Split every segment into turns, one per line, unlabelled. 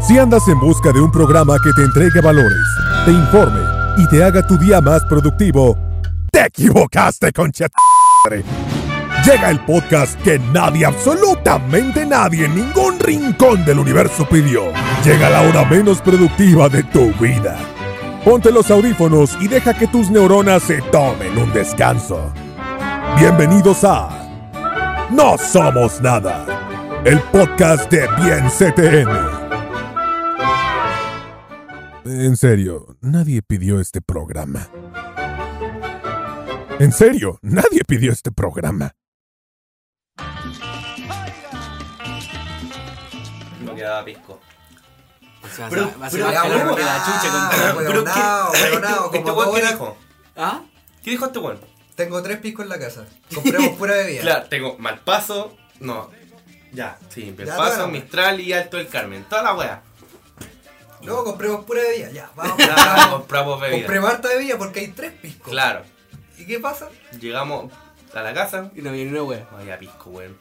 Si andas en busca de un programa que te entregue valores, te informe y te haga tu día más productivo, te equivocaste, concha. madre. Llega el podcast que nadie, absolutamente nadie, en ningún rincón del universo pidió. Llega la hora menos productiva de tu vida. Ponte los audífonos y deja que tus neuronas se tomen un descanso. Bienvenidos a No Somos Nada, el podcast de Bien CTN. En serio, nadie pidió este programa. En serio, nadie pidió este programa.
No quedaba pisco.
O sea,
Pero-
va a ser
pero-
más calor que la chucha con
Ah,
calor.
pero
Huevonao,
¿qué-
huevonao,
este
como
weón qué
todo.
dijo?
¿Ah?
¿Qué dijo este weón?
Tengo tres piscos en la casa. Compremos pura bebida.
Claro, tengo Malpaso, no. Ya, sí,
te
Malpaso,
ganamos.
Mistral y Alto del Carmen. Toda la wea.
No, compremos pura bebida. Ya, vamos.
Ya
compramos,
compramos bebida.
compremos harta bebida porque hay tres piscos.
Claro.
¿Y qué pasa?
Llegamos a la casa.
Y no viene una wea.
No había pisco, weón.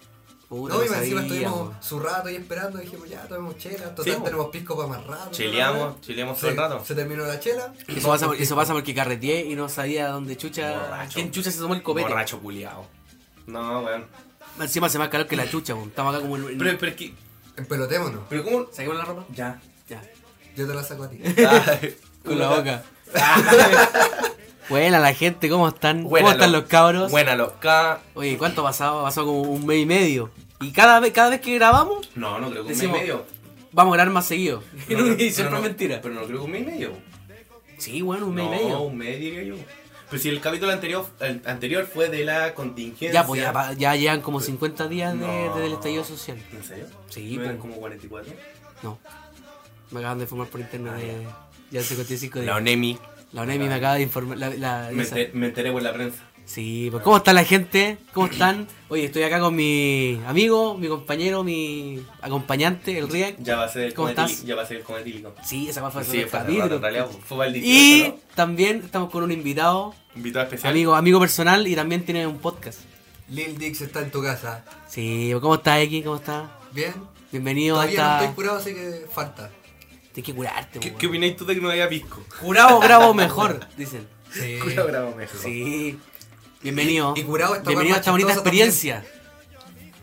Puta,
No, y
no
encima
sabía,
estuvimos
weón.
su rato ahí esperando. Dijimos, ya, tomemos chela. Total,
Sí, po.
tenemos pisco para más rato.
Chileamos, chileamos todo
Se,
el rato.
se terminó la chela.
Eso pasa, por- eso pasa porque carreteé y no sabía dónde chucha.
Borracho.
¿Quién chucha se tomó el copete?
Borracho culiao. No, weón.
Encima hace más calor que la chucha, weón. Estamos acá como en. en-
Pero, pero es que.
Empelotémonos.
Pero cómo.
¿Saquemos la ropa?
Ya.
Ya.
Yo te la saco a ti.
Ah,
Con la boca. Buena la gente, ¿cómo están?
Buena,
¿Cómo están
lo-
los cabros?
Buena los K.
Oye, ¿cuánto ha pasado? Ha pasado como un mes y medio. Y cada vez, cada vez que grabamos,
No, no creo que un mes y
Decimos-
medio.
vamos a grabar más seguido.
No, no,
y
no,
siempre
no,
mentira.
Pero no creo que un mes y medio.
Sí, bueno, un mes
no,
y medio.
un mes diría yo. Pero si el capítulo anterior, el anterior fue de la contingencia.
Ya, pues ya, va- ya llevan como 50 días de,
No.
desde el estallido social.
¿En serio?
Sí,
¿No eran
pues.
como 44?
No. Me acaban de informar por internet
Ah,
de. Ya el 55 de.
La ONEMI.
La ONEMI me acaba de informar. La, la-
Me,
esa.
enter- me enteré por la prensa.
Sí, pues ¿cómo está la gente? ¿Cómo están? Oye, estoy acá con mi amigo, mi compañero, mi acompañante, el Riek.
Ya va a ser el
¿Cómo
cometílico.
estás? Pues
Ya va a ser el cometílico.
Sí, esa va fue
Sí,
el
fue hace rato,
capítulo.
en realidad, pues. fue para el 18,
Y
¿no?
también estamos con un invitado,
Invitado especial.
amigo, amigo personal, y también tiene un podcast.
Lil Dix está en tu casa.
Sí, pues, ¿cómo estás, X? ¿Cómo estás?
Bien.
Bienvenido
Todavía no
a
estoy
esta.
curado, así que falta.
Tienes que curarte, pues,
¿Qué,
weón.
¿Qué opináis tú de que no haya pisco?
Curado, grabo mejor, dicen.
Sí.
Curado grabo mejor.
Sí. Bienvenido.
Y- y curado está
Bienvenido a
más
esta bonita
chistoso también.
experiencia.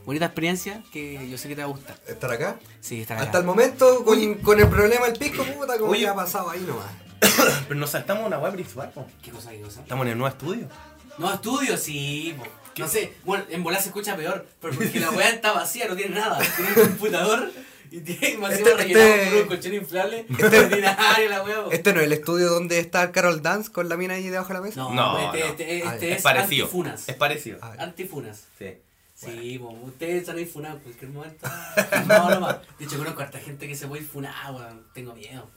Bonita experiencia que yo sé que te va a gustar.
¿Estar acá?
Sí, está
Hasta el momento, con, con el problema del pisco, puta, como
Oye.
que ha pasado ahí nomás.
Pero nos saltamos una web principal, po.
¿Qué cosa, qué cosa?
Estamos en el nuevo estudio.
No, estudio, sí. po. No sé, bueno, en volar se escucha peor, pero porque la weá está vacía, no tiene nada. Tiene un computador y tiene más encima
Este-
rellenado
este-
con un colchón inflable. Extraordinario la weá. po.
Este no es el estudio donde está Carol Dance con la mina ahí debajo de la mesa.
No,
No,
este,
no.
este- este
Ah,
es,
Es, parecido.
antifunas.
Es parecido.
Ah.
Antifunas.
Sí.
Sí, po, ustedes han infunado en cualquier momento. No, no, más. De hecho, conozco a harta gente que se puede infunar, weón. Tengo miedo.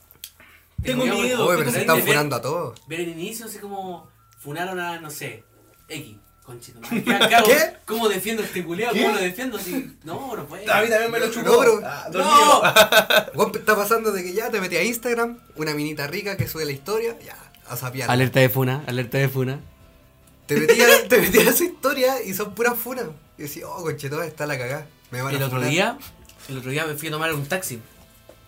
Tengo miedo.
porque-
Oye, pero se
porque
están
ver-
funando a todos.
Ver el inicio, así como funaron a, no sé, X. Conchito, ¿Qué? hago?
¿Qué?
¿Cómo defiendo a este culiao? ¿Cómo lo defiendo? Así, no, no puede.
A mí también me lo chupó.
No, pero-
Ah, dormido.
¡No!
Vos está pasando de que ya te metí a Instagram, una minita rica que sube la historia, ya, a sapiar.
Alerta de funa, alerta de funa.
Te metí a, te metí a esa historia y son puras funas. Y decís, oh, conchetón, está la cagá. Me van a
El otro
funar.
día, el otro día me fui a tomar un taxi.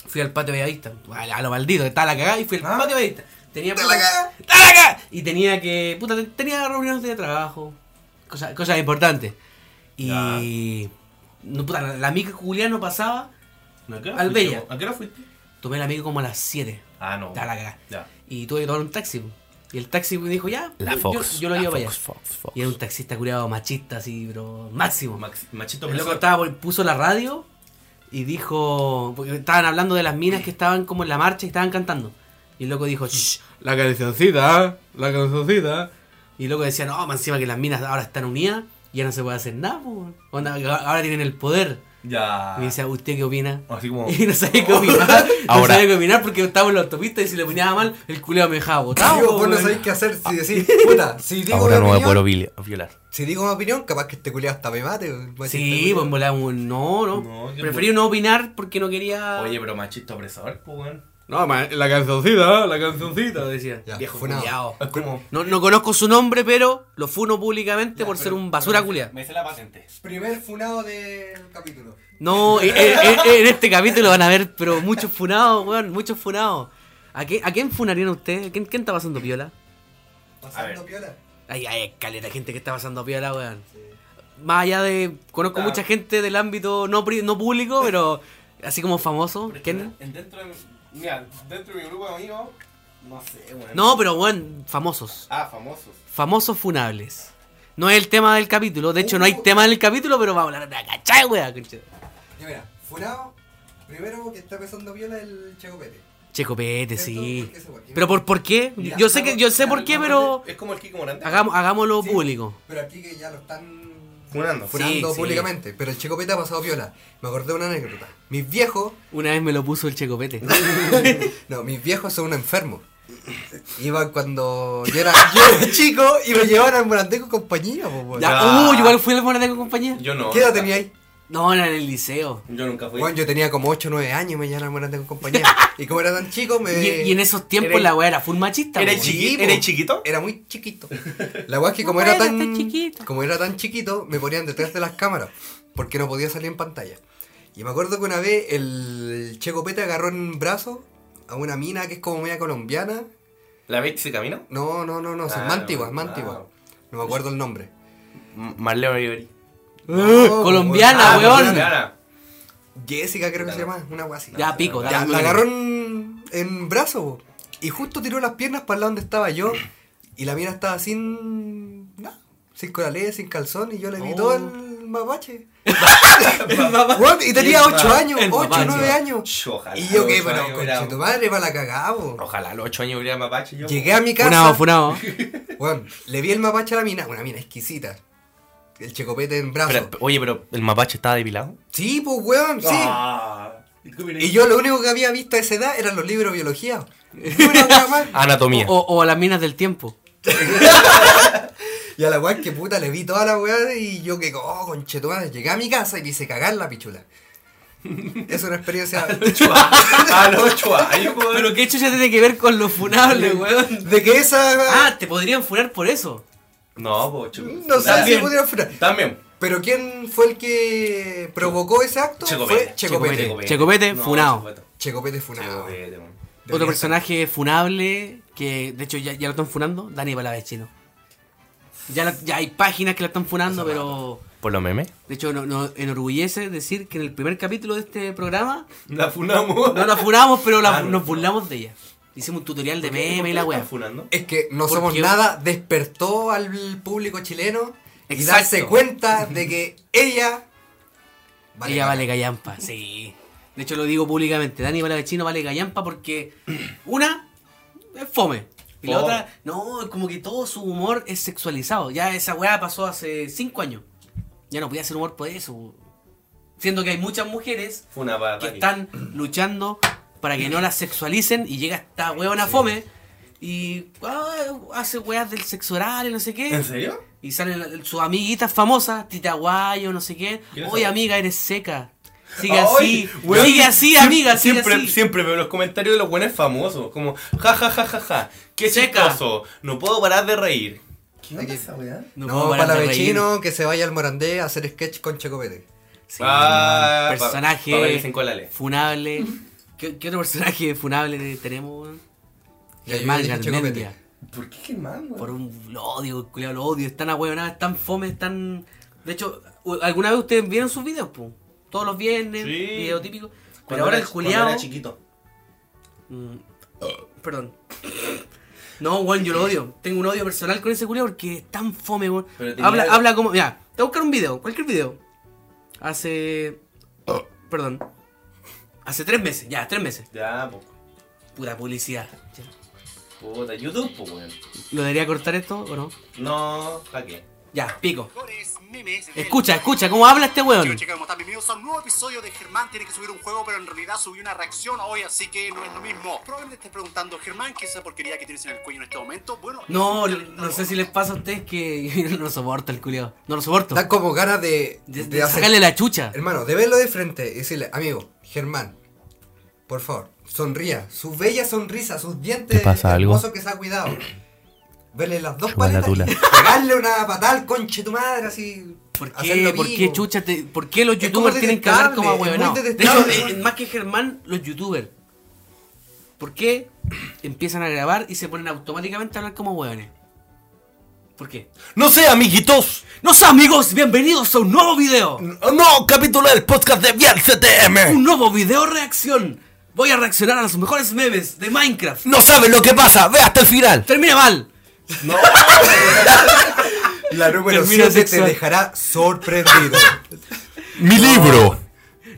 Fui al patio Bellavista. A, a lo maldito, estaba la cagada y fui al patio Bellavista. Tenía
Está la cagá.
¡Está la cagá! Y tenía que. Puta, te- tenía reuniones de trabajo. Cosas, cosas importantes. Y. No, puta, la, la micro Julián no pasaba.
¿A qué hora
Al
fuiste,
Bella.
po? ¿A qué hora fuiste?
Tomé la micro como a las 7.
Ah, no.
Estaba la cagada.
Ya.
Y tuve que tomar un taxi. po. Y el taxi me dijo, ya, yo- yo, yo lo llevo para allá. Y era un taxista curado machista, así, pero máximo.
Max- Machito
El loco
Opresor.
estaba, por- puso la radio y dijo. Porque estaban hablando de las minas que estaban como en la marcha y estaban cantando. Y el loco dijo, "Shh, la cancioncita, la cancioncita. Y el loco decía, no, más encima que las minas ahora están unidas, ya no se puede hacer nada, po. Onda, ahora tienen el poder.
Ya.
Ah.
Y me decía, ¿usted qué opina?
Así
Oh.
como.
Y no sabía qué opinar. No sabía qué opinar porque estaba en la autopista y si le ponía mal, el culeo me dejaba botado.
Digo, vos no
weón. Ah.
sabés qué hacer si decís, puta, si digo una opinión,
violar.
si digo una opinión, capaz que este culiado hasta me mate. el machista
Sí,
culiao.
pues volamos. No, no.
No, yo
Preferí no opinar porque no quería.
Oye, pero machito opresor, pues, weón.
No, ma- la cancioncita, la cancioncita, decía.
Ya,
Viejo
funado.
culiao.
¿Cómo?
No, no conozco su nombre, pero lo funo públicamente por
Pero-
ser un basura
pero me-
culia.
Me hice la patente.
Primer funado del capítulo.
No, eh, eh, eh, eh, en este capítulo van a ver, pero muchos funados, weón, muchos funados. ¿A, qué- a quién funarían ustedes? ¿A ¿Quién, quién está pasando piola?
Pasando
ver.
piola.
Ay, ay, caleta gente que está pasando piola, weón. Más allá de. Conozco mucha gente del ámbito no, pri- no público, pero así como famoso.
Pero es que
¿Quién?
en- Dentro de, mira, dentro de mi grupo de amigos, no sé, weón.
No, pero weón, famosos.
Ah, famosos.
Famosos funables. No es el tema del capítulo, de hecho no hay
Uh.
tema del capítulo, pero vamos a hablar de la cachai, weón. concha.
Ya mira, funado, primero que está pasando piola el Chacopete.
Checo Pete,
Esto,
sí.
porque ese weón-
Pero por, por qué?
Mira,
Yo sé
estamos-
que yo sé
ya,
por
El
qué,
Kiko
pero
Morante Es como el Kiko Morante.
hagamos, hagámoslo
Sí,
público.
Pero aquí que ya lo están
Funando.
funando
Sí, sí.
públicamente. Pero el Chacopete ha pasado piola. Me acordé de una anécdota. Mis viejos
Una vez me lo puso el Checo Pete.
No, mis viejos son unos enfermos. Iban cuando yo era, yo era chico y me llevaban al Morandeco con compañía, po, weón.
ya,
Ah.
uh, igual fui al Monateco compañía.
Yo no.
¿Qué edad tenía ahí?
No, era en el liceo.
Yo nunca fui.
Bueno, yo tenía como 8 o 9 años y me llevaban al Morandeco con compañía. Y como era tan chico, me.
Y, y en esos tiempos
Era-
la weá era full machista.
¿Era
po.
chiqui-
Sí, po.
¿Era chiquito?
Era muy chiquito. La weá es que
No
como era
puedes,
tan.
estás chiquito.
Como era tan chiquito, me ponían detrás de las cámaras. Porque no podía salir en pantalla. Y me acuerdo que una vez el Checo Pete agarró en brazo a una mina que es como media colombiana.
¿La vez se camino?
No, no, no, no, son
Ah,
mantiguas,
no,
mantiguas.
ah.
No me acuerdo el nombre.
Marleo Riveri.
No,
colombiana,
Ah,
weón.
colombiana.
Ana.
Jessica creo que se llama, una weá así.
Ya, pico,
Ya,
dale.
la agarró en, en brazo po. y justo tiró las piernas para el lado donde estaba yo y la mina estaba sin... nada, sin coralés, sin calzón y yo le vi
Oh.
todo el mapache.
Papá.
Weón, y tenía
El
8
ma-
años,
el
8,
mapache.
9 años.
Yo, ojalá.
Y yo que,
los ocho
pero
años
conche
era-
tu madre, para la cagada, po.
Ojalá a los 8 años hubiera mapache. Yo,
Llegué a mi
Funado,
casa,
funado.
weón, le vi el mapache a la mina, una mina exquisita. El checopete en brazo.
Pero- oye, pero el mapache estaba depilado.
Sí, pues weón, sí.
Ah.
Y yo lo único que había visto a esa edad eran los libros de biología. Ni una weá más.
Ah.
Anatomía.
O, o a las minas del tiempo.
Y a la weá que puta le vi toda la weá y yo que, oh, conchetumadre, llegué a mi casa y me hice cagar la pichula. Es una experiencia
Ah,
a los 8 años, weón.
Pero qué chucha tiene que ver con lo funable, weón.
de que esa.
Ah, te podrían funar por eso.
No, pocho.
No sé si pudiera funar.
También.
Pero quién fue el que provocó ese acto? Fue
Checopete.
Checopete.
Checopete. Checopete, funao.
Checopete.
Checopete funado.
Checopete, weón.
Debería
Otro
estar.
personaje funable que, de hecho, ya, ya lo están funando, Dani Palavecino. Ya, la- ya hay páginas que la están funando, pero
¿Por los memes?
de hecho nos no, enorgullece decir que en el primer capítulo de este programa
La funamos.
no la funamos, pero la-
Ah, no.
nos burlamos de ella. Hicimos un tutorial de meme y la wea.
funando?
Es que no
Porque-
somos nada, despertó al público chileno y
Exacto.
darse cuenta de que ella.
ella
cagar.
vale gallampa, sí. De hecho lo digo públicamente, Dani Palavecino vale gallampa porque una es fome. Y la
Fome.
otra, no, es como que todo su humor es sexualizado. Ya esa weá pasó hace cinco años. Ya no podía hacer humor por eso. Siendo que hay muchas mujeres
Funa para
que
Dani.
están luchando para que no las sexualicen y llega esta weona fome y ah, hace weas del sexo oral y no sé qué.
¿En serio?
Y salen la- sus amiguitas famosas, Tita Guayo, no sé qué.
¿Quién es
Oye,
esa?
amiga, eres seca. Sigue
Ay,
así,
weón.
sigue así,
Siem-
amiga, sigue
siempre,
así.
Siempre veo los comentarios de los buenos famosos. Como, ja, ja, ja, ja, ja. Qué
Seca.
chistoso. No puedo parar de reír. ¿Qué
onda
esa weá?
No,
puedo parar de reír.
palavecino, que se vaya al Morandé a hacer sketch con Checopete.
Sí,
Ah, pa-
personaje
pa verle cinco alales.
funable. ¿Qué, qué otro personaje funable tenemos? weón?
Ya, yo
Germán
ya dije Chocopete.
Garmendia.
¿Por qué Germán, weón?
Por un lo odio, culiao, lo odio. Están ahueonadas, están fomes, están. De hecho, u- ¿alguna vez ustedes vieron sus videos? po? Todos los viernes,
Sí.
video típico. Pero
Cuando
ahora
era-
el culiao.
cuando era chiquito.
Mm. Perdón. No, weón, yo lo odio. Tengo un odio personal con ese culiao porque es tan fome, weón.
Pero tenía
Habla,
algo.
habla como. Mira, te voy a buscar un video, cualquier video. Hace. Perdón. Hace tres meses, ya, tres meses.
Ya, po.
Pura publicidad. Ya.
Puta, YouTube, po, weón.
¿Lo debería cortar esto o no?
No, ¿para qué?
Ya, pico.
Mejores memes del
Escucha, escucha, ¿cómo habla este
Chicos,
weón?
chicas, ¿cómo están? Bienvenidos a un nuevo episodio de Germán tiene que subir un juego, pero en realidad subí una reacción hoy, así que no es lo mismo. Probablemente estés preguntando, Germán, ¿qué es esa porquería que tienes en el cuello en este momento? Bueno,
No, no sé si les pasa a ustedes que no lo soporto el culiao. No lo soporto.
Da como ganas de,
De,
de
de
hacer-
sacarle la chucha.
Hermano, de verlo de frente y decirle, amigo, Germán, Por favor, sonría. Su bella sonrisa, sus dientes
¿Te pasa algo?
hermosos que se ha cuidado. Verle las dos
Chúpala,
paletas
Tula.
y pegarle una patada al conche tu madre así.
¿Por qué,
hacerlo
¿por
pico.
qué, chucha, te- ¿por qué los
Es
youtubers
como
tienen que hablar como
detestable, es
huevonados?
muy
De hecho,
detestable.
eh, más que Germán, los youtubers. ¿Por qué empiezan a grabar y se ponen automáticamente a hablar como huevones? ¿Por qué?
No sé, amiguitos.
¡No sé, amigos! ¡Bienvenidos a un nuevo video!
Un nuevo capítulo del podcast de Vial CTM.
¡Un nuevo video reacción! Voy a reaccionar a los mejores memes de Minecraft.
No saben lo que pasa. Ve hasta el final.
¡Termina mal!
La número
Termina
7 te
sexual.
dejará sorprendido.
Mi libro.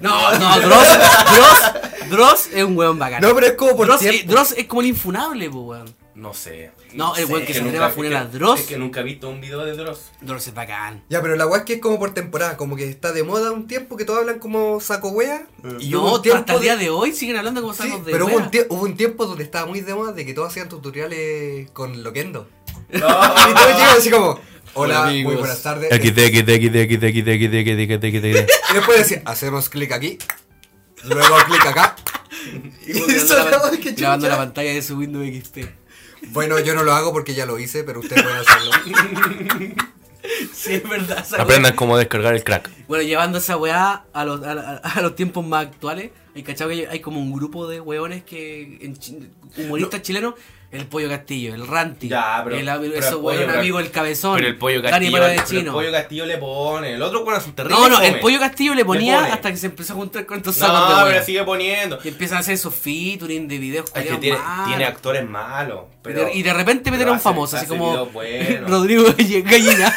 No, no, Dross, Dross, Dross es un weón bacán.
No, pero es como por
Dross,
tiempo.
eh, Dross es como el infunable, po, weón.
No sé.
No, el
sé,
weón que
es
se
nunca-
atreva a
es
funar
que-
a Dross.
Es que nunca he visto un video de Dross.
Dross es bacán.
Ya, pero la weá es que es como por temporada, como que está de moda un tiempo que todos hablan como saco wea. Y
Ah. no,
hubo un tiempo
hasta el día
de-
de hoy siguen hablando como
Sí,
sacos de
pero hubo
wea.
un, tie- hubo un tiempo donde estaba muy de moda de que todos hacían tutoriales con Loquendo. Y todos llegaban así como, hola, muy buenas tardes.
XD, XD, XD, XD, XD, XD, XD, XD, XD.
Y después decía, hacemos clic aquí, luego clic acá.
Y
Y
volteando
eso,
la pan-
la weá que
grabando la
chucha.
pantalla de su Windows XP.
Bueno, yo no lo hago porque ya lo hice, pero ustedes pueden hacerlo.
Sí, es verdad. esa wea.
Aprendan cómo descargar el crack.
Bueno, llevando esa weá a los, a, la- a los tiempos más actuales, hay cachado que hay como un grupo de weones que. en chi- humoristas chilenos. El pollo castillo, el ranty.
Ya, pero-
El,
pero
eso,
el Pollo Ca-
amigo, el cabezón.
pero el Pollo
Dani
Castillo-
Palo de
Pero
Chino.
El pollo castillo le pone. El otro bueno, es un terrible.
no, no, el
fome.
pollo castillo le ponía
pone.
hasta que se empezó a juntar con estos sacos
No,
de
pero
weá.
sigue poniendo.
Y empiezan a hacer esos featuring de videos
Es que
culiados
tiene,
malos.
tiene actores malos.
Y
Pero
de- y de repente
pero
meter a un
hace-
famoso, así
hace
como
videos buenos.
Rodrigo Galle- Gallina.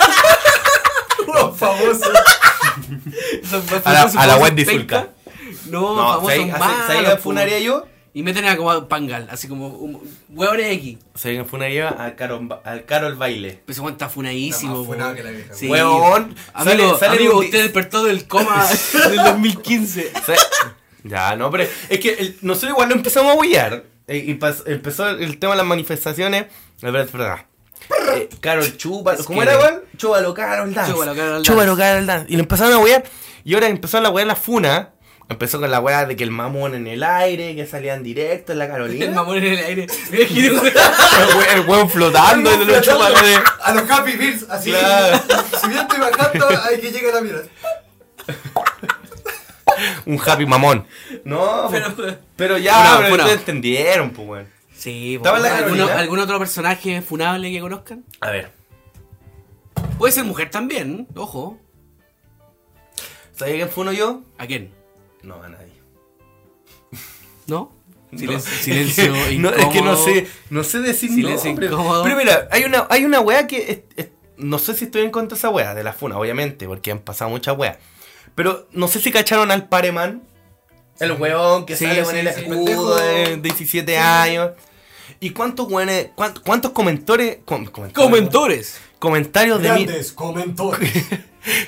Los famosos.
A la- a la Wendy Zulka.
No,
No, famosos
¿sabes-
malos.
¿sabes a
po.
funaría yo?
Y meten a como a Pangal, así como un- hueones X.
Se funaría a Carol, Ba- al Carol Baile.
Pero ese weón está funadísimo,
Está más
po.
funado que la vieja.
Sí.
Hueón,
Amigo,
sale- sale
amigo,
un di-
usted despertó del coma del 2015.
¿Sabes? ya, no, pero es que el- nosotros igual lo empezamos a huear. Eh, y pas- empezó el tema de las manifestaciones. La verdad, es verdad. Eh, Carol Chupa, ¿cómo
que-
era, weón? Chúbalo, Carol Dance.
Chúbalo, Carol Dance.
Chúbalo, Carol Dance. Y lo empezaron a huear. Y ahora empezó la hueá la funa. Empezó con la hueá de que el mamón en el aire, que salían directo en la Carolina.
El mamón en el aire. Mira, giro.
El hue- El hueón flotando y lo chupa de.
A los Happy Birds, así.
Claro.
Subiendo y bajando, hay que llega la mierda.
Un happy mamón.
No,
Pero-
pero, pero ya,
pues, Funa,
pero
funa.
ustedes entendieron, pues, weón.
Sí, po.
Estaba en la
¿Alguno-
Carolina.
¿Algún otro personaje funable que conozcan?
A ver,
Puede ser mujer también, ojo.
¿sabía quién funo yo?
¿A quién?
No, a nadie.
¿No?
No,
Silencio,
es
silencio
que- no, es que no sé, no sé decir
Silencio
nombre.
incómodo.
Pero mira, hay una, hay una wea que es- es- no sé si estoy en contra de esa wea, de la funa, obviamente, porque han pasado muchas weas. Pero no sé si cacharon al Pareman, el weón que
Sí,
sale con
sí,
el
sí.
escudo de
Pendejo.
17 años. ¿Y cuántos weones, cuántos, cuántos comentores, com- comentores,
Comentores.
comentarios de mí?
comentores.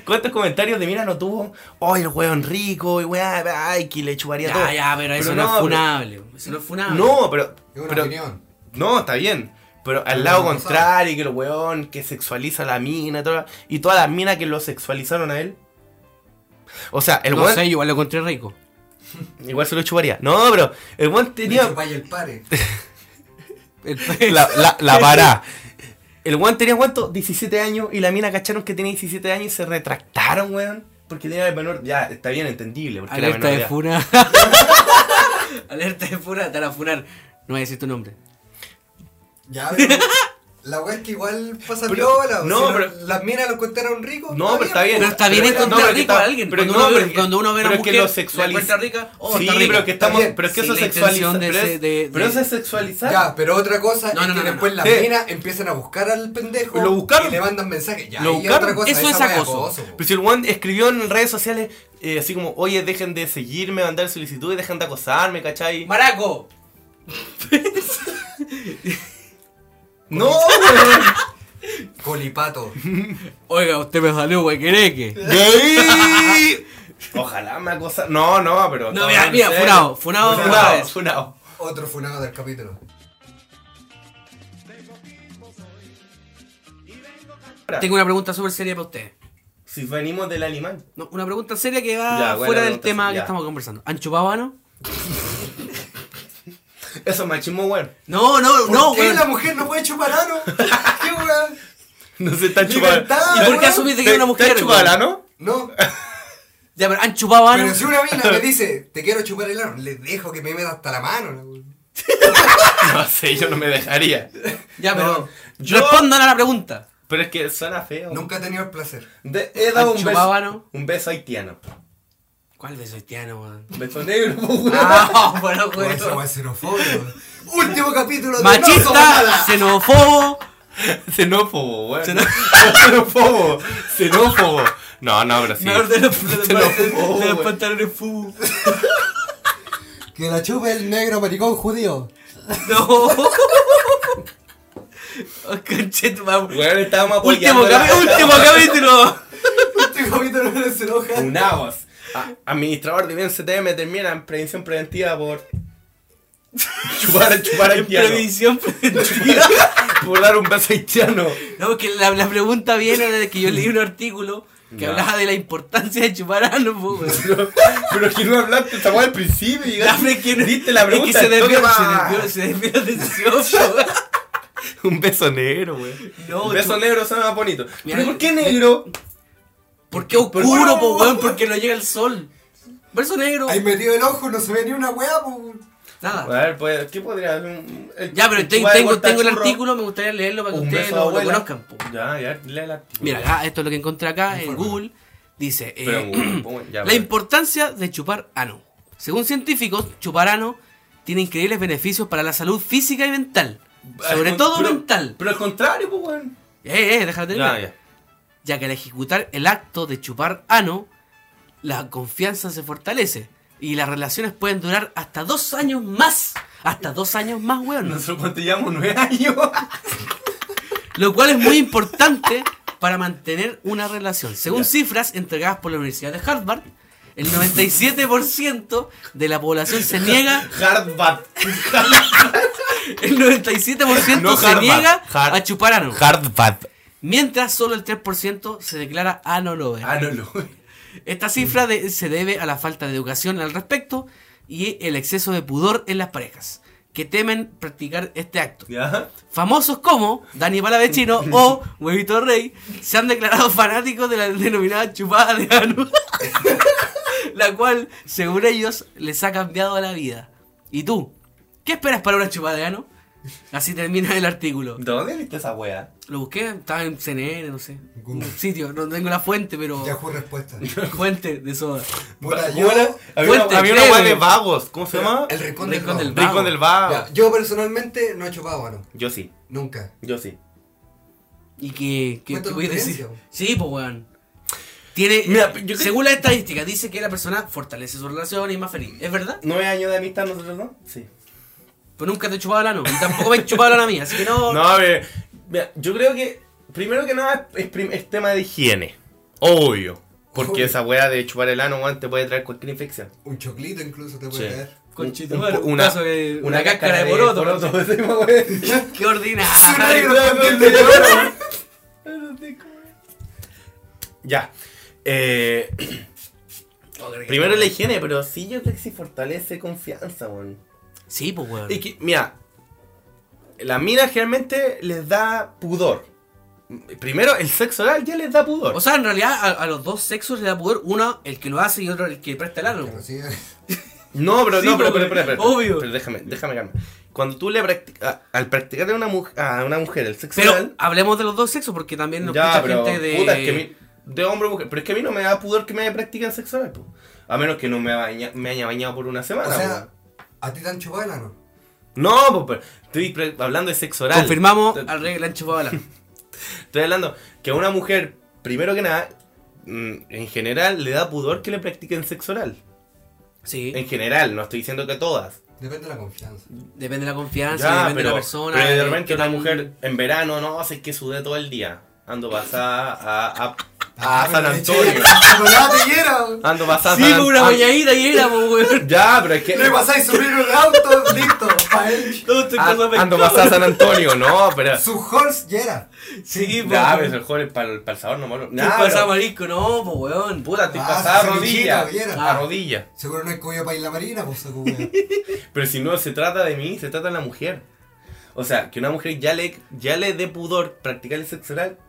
¿Cuántos comentarios de mira no tuvo? Oh, el weón rico, y weá, ay, que le chuparía todo.
Ya, ya, pero eso no, es
pero-
funable. Eso no es funable.
No, pero.
Es una
pero-
opinión.
No, está bien. Pero al
Ah,
No,
lado
no
contrario, que el weón que sexualiza a la mina toda- y todas las minas que lo sexualizaron a él. O sea, el
no
weón
sé, yo igual lo encontré rico.
igual se lo chuparía. No, pero el weón
Tenía
tenía.
el pare.
El-
La, la, la pará.
El weón tenía cuánto? 17 años y la mina cacharon que tenía 17 años y se retractaron, weón. Porque tenía el menor. Ya, está bien, entendible. Porque era
Alerta
menor de
de
edad.
funa. Alerta de funa, te van a funar. No voy a decir tu nombre.
Ya, pero la weá es que igual pasa
Pero-
piola. o
no,
sea,
pero-
las minas lo encontraron rico. pues.
No, pero está bien.
Pero está bien
no,
encontrar
pero que
rico
está-
a alguien.
Pero
cuando,
no,
uno
pero
ve,
que-
cuando uno ve a una
pero
mujer,
que lo
la encuentra
sexualiza.
rica, oh,
sí,
está rica.
pero que estamos.
bien.
Pero es que
Sí,
eso
la
sexualiza.
intención de
Pero,
ese-
es-
de-
pero
de-
eso es sexualizar.
Ya, pero otra cosa
No,
es
no,
que
no, no,
después
no.
las
Sí.
minas empiezan a buscar al pendejo
Lo buscaron.
y le mandan mensajes. Ya,
Lo
ahí es
buscaron.
otra cosa,
Eso
esa
es
weá es
acoso.
acoso, po.
Pero si el one escribió en redes sociales eh, así como, oye, dejen de seguirme, mandar solicitudes, dejen de acosarme, ¿cachai?
¡Maraco!
no, weón.
Colipato.
Oiga, usted me salió, güey, quereque.
Gay. Ojalá me acosa. No, no, pero.
No,
todo
mira,
en
mira,
serio.
funado, funado,
funado.
funado.
funado.
Otro funado del capítulo.
Tengo una pregunta súper seria para usted.
Si venimos del animal.
No, una pregunta seria que va
Ya, buena
fuera del
pregunta,
tema
sí,
que
ya.
estamos conversando. ¿Han chupado ano?
Eso es machismo, weón.
No, no,
¿Por
no,
qué
weón.
la mujer no puede chupar ano? ¿Qué weón?
No se están chupando.
Libertad,
¿Y por
weón.
qué asumiste que es una mujer?
¿Te chupada
weón?
no?
No,
Ah, Ya, pero han chupado ano.
pero si una mina me dice, te quiero chupar el ano, le dejo que me meta hasta la mano. la weón.
No sé, yo no me dejaría.
Ya,
No,
pero.
yo-
Respondan a la pregunta.
Pero es que suena feo.
Nunca he tenido el placer.
De- he dado
¿Han
un
chupado
beso.
ano?
Un beso haitiano.
¿Cuál beso haitiano, weón?
Un beso negro, pues, weón.
Ah, bueno,
Weón, esa weón
weón.
es xenofobia, weón. Último capítulo de pues, No Somos
Machista,
Nada.
xenófobo.
Xenófobo, weón. Xenófobo. Xenófobo. No, no, pero sí.
Me de los
Xenófobo,
de los
weón.
pantalones fubu.
Que la chupe el negro maricón judío.
No. Oh, Conchetu, vamos.
Weón, estábamos apoyando
Último,
pues, la-
capi- último capítulo.
Este capítulo no se enoja.
Unaos. A- Administrador de bien CTM termina en prevención preventiva por. chupar, chupar haitiano.
Previsión preventiva.
Por dar un beso haitiano.
No, porque la, la pregunta viene de que yo leí un artículo que
Ya.
hablaba de la importancia de chupar ano, po, weón.
Pero, pero que no hablaste esta weá al principio y
Ya,
llegaste.
pero es que no-
Diste la
es que
pregunta.
se
al toque
desvió,
pa-
se desvió, se desvió atención, po, weón.
Un beso negro, weón.
No,
un beso
tú-
negro suena bonito.
Mira, eh,
¿Pero por qué negro?
¿Por qué oscuro, po, weón? Porque no llega el sol. Por eso negro.
Ahí metido el ojo, no se ve ni una weá, pues.
A
Nada.
ver, pues, ¿qué podría hacer? Un- el-
Ya, pero
un
te-
chupa de
tengo, tengo el
cortachurro,
artículo, me gustaría leerlo para que
un
ustedes
beso
lo, lo
abuela.
conozcan, po.
Ya, ya, lee el artículo. Ah,
Mira, acá, esto es lo que encontré acá en
Informe.
Google. Dice, eh,
Pero, bueno, bueno, ya,
la
bueno.
importancia de chupar ano. Según científicos, chupar ano tiene increíbles beneficios para la salud física y mental. Sobre
Al-
todo
Ah, pero-
mental.
Pero al contrario, pues, weón.
Eh, eh, déjate
Ya, ya.
ya que al ejecutar el acto de chupar ano, la confianza se fortalece y las relaciones pueden durar hasta dos años más. Hasta dos años más, weón.
Nosotros cuánto llevamos nueve años.
Lo cual es muy importante para mantener una relación. Según cifras entregadas por la Universidad de Harvard, el 97% de la población se niega,
Hardbat.
el 97%
No
se
Harvard,
niega
Har-
a chupar ano.
Hardbat.
Mientras solo el 3% se declara ano lover.
Ah, no, lo.
Esta cifra de- se debe a la falta de educación al respecto y el exceso de pudor en las parejas, que temen practicar este acto.
¿Ya?
Famosos como Dani Palavecino o Huevito Rey se han declarado fanáticos de la denominada chupada de ano, la cual, según ellos, les ha cambiado la vida. ¿Y tú? ¿Qué esperas para una chupada de ano? Así termina el artículo.
¿Dónde viste esa wea?
Lo busqué, estaba en CNN, no sé. Un sitio, no tengo la fuente, pero.
Yahoo respuesta.
Fuente de soda.
Puta,
¿Cómo era?
yo.
Había una-
Fuente,
había una
creo.
wea de vagos. ¿Cómo se llama?
El rincón del,
Rincón
Vago.
del Vago.
Rincón del Ah. vago.
Ya, yo personalmente no he chupado ano.
Yo sí,
Nunca.
yo sí.
¿Y qué, qué,
Cuenta
qué
tu
voy a decir?
experiencia.
Sí, pues weón. Tiene, eh,
Mira, yo creo-
según la estadística, dice que la persona fortalece su relación y es más feliz. ¿Es verdad?
¿Nueve años de amistad nosotros no? Sí.
Pues nunca te he chupado el ano. Y tampoco me he chupado el ano a mí. Así que no.
No, a ver, mira, yo creo que primero que nada es, prim- es tema de higiene. Obvio. Porque
Obvio.
esa wea de chupar el ano, weón, te puede traer cualquier infección.
Un choclito incluso te puede
Sí.
caer.
Conchito,
Un-
madre,
un-
un
una,
pedazo de-
una
una
cáscara,
cáscara
de
de
poroto.
poroto.
sí, weón.
Qué ordinario.
Ya. Eh, primero la higiene, pero sí yo creo que sí fortalece confianza, weón.
Sí, pues weón.
Y que, mira, las minas generalmente les da pudor. Primero, el sexo oral ya les da pudor.
O sea, en realidad a, a los dos sexos le da poder uno el que lo hace y otro el que presta el ano.
Pero sí, eh.
no, pero,
sí,
no, pero,
porque-
pero, pero, pero-
obvio.
pero déjame, déjame, calma. Cuando tú le practicas, al practicar a una, mu- a una mujer el sexo
Pero
oral,
hablemos de los dos sexos porque también nos
ya,
escucha
pero,
gente de.
puta, es que a mí- de hombre o mujer, pero es que a mí no me da pudor que me practiquen sexo oral, po. a menos que no me, baña- me haya bañado por una semana.
O
weón.
sea, ¿a ti te han chupado el ano?
no, pues, estoy pre- hablando de sexo oral.
Confirmamos
Te-
al rey que le han chupado el ano.
Estoy hablando que a una mujer, primero que nada, mm, en general le da pudor que le practiquen sexo oral.
Sí.
En general, no estoy diciendo que todas.
Depende de la confianza.
Depende de la confianza,
Ya,
depende de Ah, la persona.
pero de
eh,
repente
qué
una
tan-
mujer en verano, no, hace que sudé todo el día. Ando pasada a, a Ah, San Antonio. Ah.
Chocolate y era.
Ando pasando.
Sí, con una bañadita y era,
pues,
po, weón.
Ya, pero es que.
Le pasáis subir un auto, listo, pa' él.
Todo este estoy
Ah,
pasando
Ando
pescado.
pasando a San Antonio, no, pero.
Su horse y era.
Sí,
pues.
po.
Ya, pero
weón.
el joven para el salvador no malo.
Estoy pasado marisco, no, po, weón.
Puta, estoy
Ah,
pasada a
cevichito,
rodilla.
viera.
A rodilla.
Seguro no hay comido para ir la marina, pues se comió.
Pero si no se trata de mí, se trata de la mujer. O sea, que una mujer ya le, ya le dé pudor practicar el sexo oral,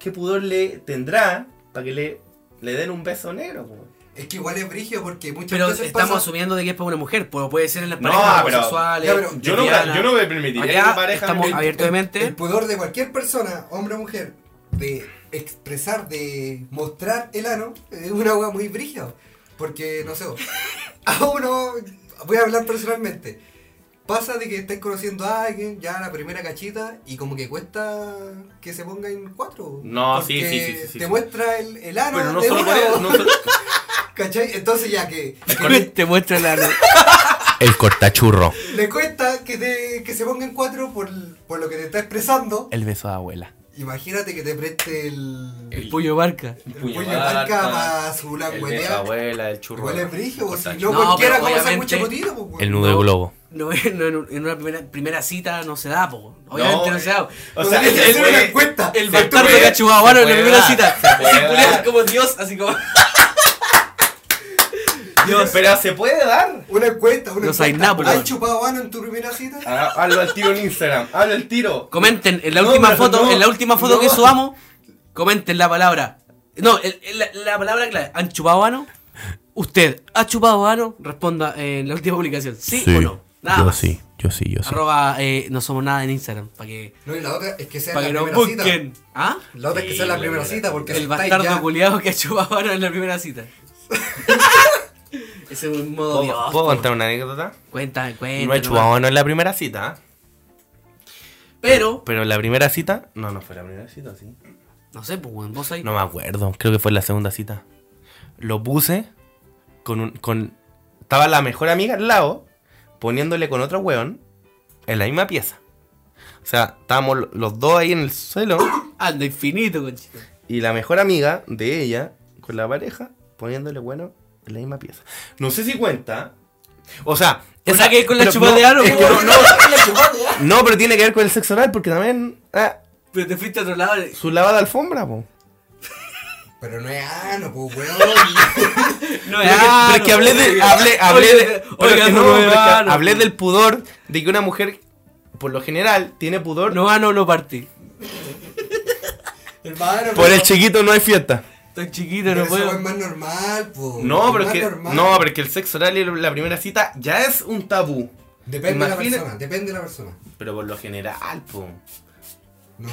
¿qué pudor le tendrá para que le, le den un beso negro? po?
Es que igual es brigio porque muchas
Pero
veces
estamos
pasa-
asumiendo de que es para una mujer, pero puede ser en las
No,
parejas
pero-
homosexuales.
Ya, pero
Yo no,
lesbianas.
yo no me permitiría que
Acá
mi pareja
estamos
me-
abiertos de mente.
El pudor de cualquier persona, hombre o mujer, de expresar, de mostrar el ano, es una hueá muy brígida. Porque, no sé, a uno, voy a hablar personalmente, pasa de que estáis conociendo a alguien, ya la primera cachita, y como que cuesta que se ponga en cuatro.
No, sí,
porque
sí, sí, sí, sí,
Te
sí.
muestra el, el ano.
Ah,
Pero no
de
solo por
una,
eso.
bo.
no solo-
¿Cachai? Entonces ya que
con-
Te muestra este la.
El cortachurro.
le cuesta que, te- que se ponga en cuatro por, por lo que te está expresando,
El beso de abuela.
imagínate que te preste el...
El puño barca.
Puño marca para su
El beso de
languetea.
abuela, el churro.
Igual es brillo,
el
pues, si
cortacho.
no,
No,
cualquiera
pero
come
obviamente-
sándwich chocotito, pues, weón.
El nudo de globo.
No, no, en un- en una primera, primera cita no se da, po. Obviamente no, se da.
eh, O sea,
Tenés
el,
que
el,
hacer una
el-
encuesta.
El
se
bastardo
puede-
cachuabano
se
en la
puede
primera
dar, se
cita.
puede
Se culiaba
dar.
como Dios, así como.
Dios, pero se puede dar.
Una encuesta, una
Los
encuesta.
Ainapolo.
¿Has chupado ano en tu primera cita?
Ah, Hazlo al tiro en Instagram. Hazlo al tiro.
Comenten en la
No,
última
pero
foto,
no,
en la última foto
no.
que subamos, comenten la palabra. No, el- el- la, la palabra clave. ¿Han chupado ano? Usted, ¿ha chupado ano? Responda en la última publicación. ¿Sí, o no? Nada más.
yo sí, yo
Arroba eh, no somos nada en Instagram. Para que,
No, y la otra es que sea
pa' que
en la
nos
primera cita. pues.
busquen. ¿Ah?
La otra es que sea en la
Sí,
primera
la
cita, porque
El
si estáis
bastardo
ya-
culiado que ha chupado ano en la primera cita. Ese es un modo Dios.
¿Puedo, ¿Puedo contar una anécdota?
Cuenta, cuenta.
No he
nomás.
chupado no en la primera cita, ¿ah?
Pero,
pero en la primera cita. No, no fue la primera cita, sí.
no sé, pues, weón, vos ahí.
No me acuerdo, creo que fue la segunda cita. Lo puse con un. Con, estaba la mejor amiga al lado, poniéndole con otro weón en la misma pieza. O sea, estábamos lo- los dos ahí en el suelo
Anda infinito, conchito.
y la mejor amiga de ella con la pareja poniéndole bueno en la misma pieza. No sé si cuenta. O sea,
O sea, que con la
pero
chupada
no,
de ano,
es que
weón.
no, no, no, pero tiene que ver con el sexo oral porque también. ah,
Pero te fuiste a otro lado.
su lavada de alfombra, po.
Pero no es ano, pues, weón.
No,
Pero, que, pero que hablé de. Hablé, hablé de. pero que no, pero que hablé del pudor de que una mujer, por lo general, tiene pudor.
No, ah, no, no partí.
Hermano,
Por el chiquito no hay fiesta.
Estoy chiquito,
pero
no
eso es
puedo.
más normal, pues.
No, pero
es
es que.
normal.
No, pero es que el sexo oral en la primera cita ya es un tabú.
Depende de la
Imagina-
persona, depende de la persona.
Pero por lo general, po.
No,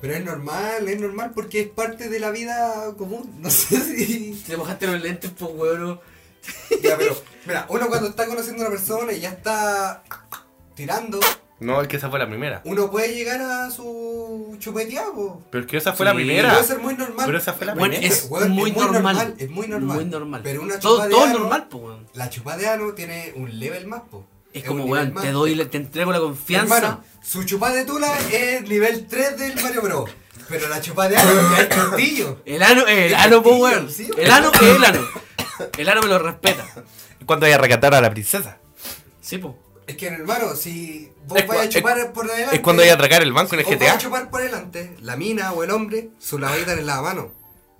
pero es normal, es normal porque es parte de la vida común. No sé si...
Te mojaste los lentes, pues, weón.
Ya, pero, mira, uno cuando está conociendo a una persona y ya está tirando,
No, es que esa fue la primera.
uno puede llegar a su chupeteado.
Pero es que esa fue
Sí.
la primera.
Puede ser muy normal.
Pero esa fue la
Bueno,
primera.
es
Weón,
muy,
es muy
normal.
normal, es muy normal.
Muy normal.
Pero una chupa
todo
de
todo
ano-
normal, pues, weón.
La chupa de ano tiene un level más, po.
Es
un
como,
nivel
weón,
más.
te doy, la- te entrego la confianza.
Hermano, su chupa de tula es nivel 3 del Mario Bros. Pero la chupa de ano ya es castillo.
El ano, el ano, pues, weón.
Sí, weón.
El ano es el ano. El ano me lo respeta.
¿Cuándo voy a recatar a la princesa?
Sí, pues.
Es que, hermano, si vos
Es
vayas a
cua-
chupar
es-
por delante.
Es cuando voy a atracar el banco en el
O vas a
GTA.
chupar por delante, la mina o el hombre, su lavadita en la mano.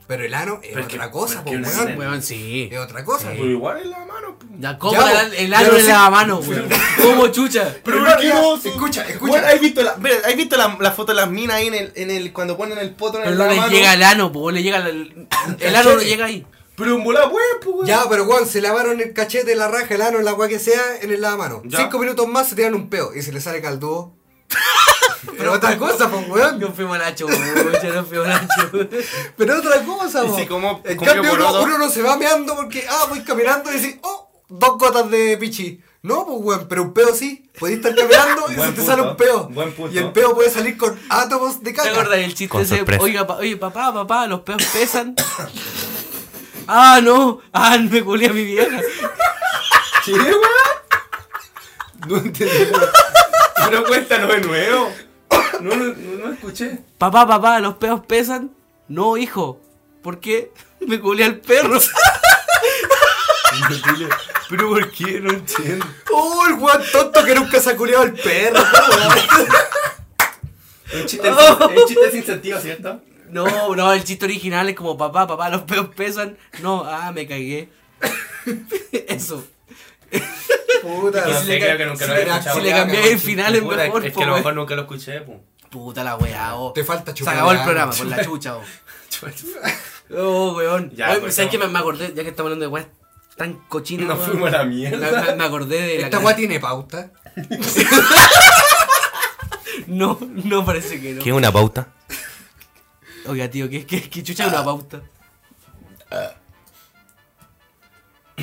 Pero el ano es
Pero
otra
que-
cosa,
pero
pues,
que
weón.
una-
Weón, sí.
Es otra cosa.
Pero igual en la mano, po.
La copa,
Ya,
el,
po.
el ano
Pero
en
sí.
la mano, weón. Como chucha.
Pero
Hermano,
qué
ya,
oso.
escucha, escucha.
Bueno, ¿Has visto, la, mira, ¿has visto la, la foto de las minas ahí en el, en el, cuando ponen el poto en
Pero
el
no
la
le
mano?
llega el ano, pues, le llega el, el ano no llega ahí.
Pero en volada, pues, pues, weón.
Ya, pero weón, se lavaron el cachete, la raja, el ano, la agua que sea en el lavamano.
Ya.
Cinco minutos más se tiran un peo y se le sale caldudo. pero otra cosa, pues, weón.
Yo fui malacho, weón. Yo no fui malacho.
Pero otra cosa,
Y
po.
si como-
En
comió
cambio, uno,
poroto.
uno no se va meando porque, ah, voy caminando y decís, oh, dos gotas de pichi. No, pues, weón, pero un peo sí. Podés estar caminando y
Buen
se te
punto,
sale un peo.
buen punto.
Y el peo puede salir con átomos de
¿Te acuerdas
caca.
del chiste
Con
ese?
sorpresa.
Oiga, pa- oye, papá, papá, los peos pesan. ah, no. Ah, me culé a mi vieja.
¿Qué, weón? No entendí. Pero cuéntanos de nuevo. No, no, no, no escuché.
Papá, papá, los peos pesan. No, hijo. porque me culé al perro.
Pero ¿por qué? No entiendo.
¡Oh, el weón tonto que nunca se ha culiado al perro!
Un chiste, sin- un chiste sin sentido, ¿cierto?
No, no, el chiste original es como papá, papá, los peos pesan. No, ah, me cagué. Eso.
Puta,
No
si
sé, Ah,
le-
creo que nunca
si
lo
le-
he escuchado.
si
Le
le
cambié el
cambié
final es
Puta,
mejor.
es
po,
que a lo
weón.
mejor nunca lo escuché, pues. po.
Puta la weá, oh.
Te falta
Se
chupar
acabó el
la-
programa, por la chucha, oh. Oh, weón.
Ya,
Oye,
pues,
¿Sabes
no.
qué me, me acordé? Ya que estamos hablando de weas tan cochinas.
Nos
weón.
fuimos a la
Me,
mierda.
me- me acordé de la.
Esta weá tiene pauta.
No, no parece que no.
¿Qué es una pauta?
Oiga, tío, ¿qué, qué, qué chucha es una pauta?
Ah.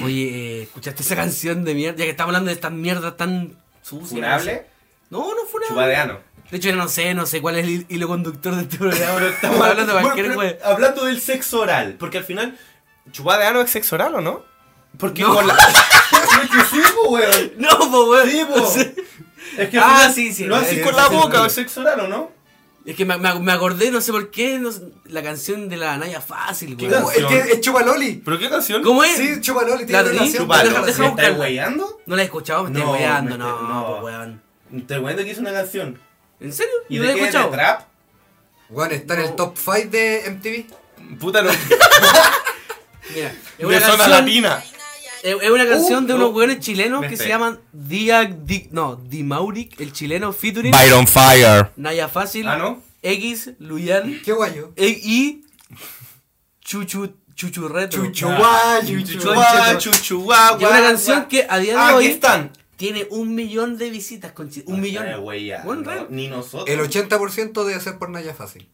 Oye, eh, ¿escuchaste esa canción de mierda? Ya que estamos hablando de estas mierdas tan sucias. no sé. No, no fue
Chubadeano.
De hecho, yo no sé, no sé cuál es el hilo conductor de este programa. pero estamos hablando de cualquier
Bueno,
wea.
pero Hablando del sexo oral, porque al final, chubadeano es sexo oral, ¿o no? Porque
No.
con la. es que sí, po, weón.
No, po, weón.
Sí, po. Es que al
Ah,
final
sí, sí.
Lo haces
Sí,
con
sí,
la
sí,
boca,
sí.
es sexo oral, ¿o no?
Es que me, me- me acordé, no sé por qué, no sé, la canción de la Naya Fácil,
¿Qué
weón.
Uh, es que es Chupaloli.
¿Pero qué canción?
¿Cómo es?
Sí, Chupaloli
La
tiene
de-
relación.
Chupa-
Chupalo,
Deja-
¿me
deja
estás
buscarla.
weyando?
No la he escuchado, me estoy
No,
weando,
me
no,
estoy- no.
po, weón.
¿Te das cuenta que hizo una canción?
¿En serio?
¿Y
¿No
de
la he
qué? ¿De
escuchado?
trap?
Weón, está en
No.
el top 5 de MTV.
Puta, no.
Mira, es
de
una
zona
canción-
latina.
Es es una canción de
no.
unos weones chilenos
Uh, Me
que se
esté.
llaman Dia, Di- no, Dimauric, el chileno featuring
Byron Fire.
Naya Fácil,
Ah, ¿no?
X, Luyan
Qué guayo.
e- y Chuchu, Chuchurreto. Ah,
Chuchuayo,
Chuchuá,
chuchuayo.
chuchuá, Ah,
Y es una canción que a día de
Aquí
hoy
están. Ah,
tiene un millón de visitas, con un millón. Buen real.
Ni nosotros.
El 80% debe ser por Naya Fácil.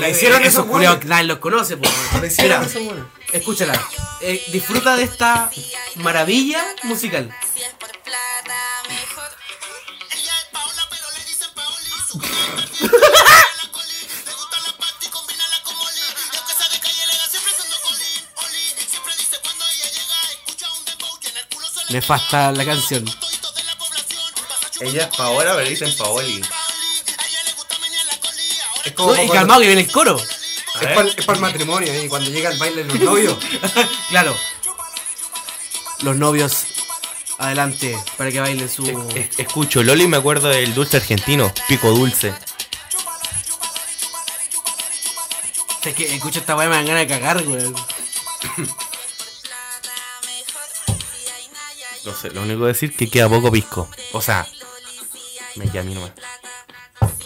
Eh,
esos
esos
weones.
culiados, nadie los conoce, po, weón.
La hicieron
Mira,
esos weones.
Escúchala, eh, disfruta de esta maravilla musical.
Si es por plata, mejor.
Ella es Paola, pero le dicen Paoli. Su cara es perdida, le gusta la coli. Le gusta la pasta y combínala con Molly. Y aunque sea de calle, le da siempre siendo coli. Oli, siempre dice cuando ella llega, escucha un dembow y en el culo se le
Nefasta la canción.
todito de la población. Pasa chupando
Ella es Paola, pero le dicen Paoli.
Paoli. A ella le gusta menear la coli. Ahora
Es como
No, y
cuando-
calmado que viene el coro.
Es para, el matrimonio, ¿eh? Y cuando llega el baile de los novios.
Claro. Los novios, adelante, para que bailen su...
Es- Escucho Loli y me acuerdo del dulce argentino, pico dulce.
Es que escucho esta weá y me dan ganas de cagar, weón.
No sé, lo único que decir que queda poco pisco. O sea, me queda a mí nomás.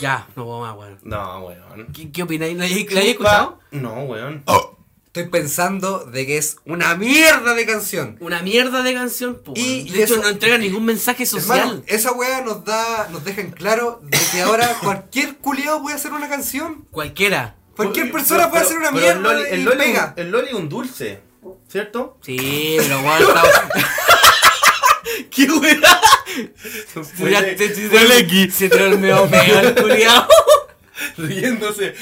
Ya, no puedo más, weón.
No, weón.
¿Qué, qué opináis? ¿La, habéis- la habéis escuchado?
No, weón.
Oh, Estoy pensando de que es una mierda de canción.
Una mierda de canción, po,
Y-
weón.
y
De hecho,
eso-
no entrega ningún mensaje
Hermano,
social.
esa weá nos da, nos deja en claro de que ahora cualquier culiao puede hacer una canción.
Cualquiera.
Cualquier persona puede hacer una
pero el
mierda
Loli- el
y
Loli-
pega.
El Loli es un dulce, ¿cierto?
Sí, pero weón, está- ¿Qué weá? Mira, te- te- Se tiró el medio peo el culiao.
riéndose.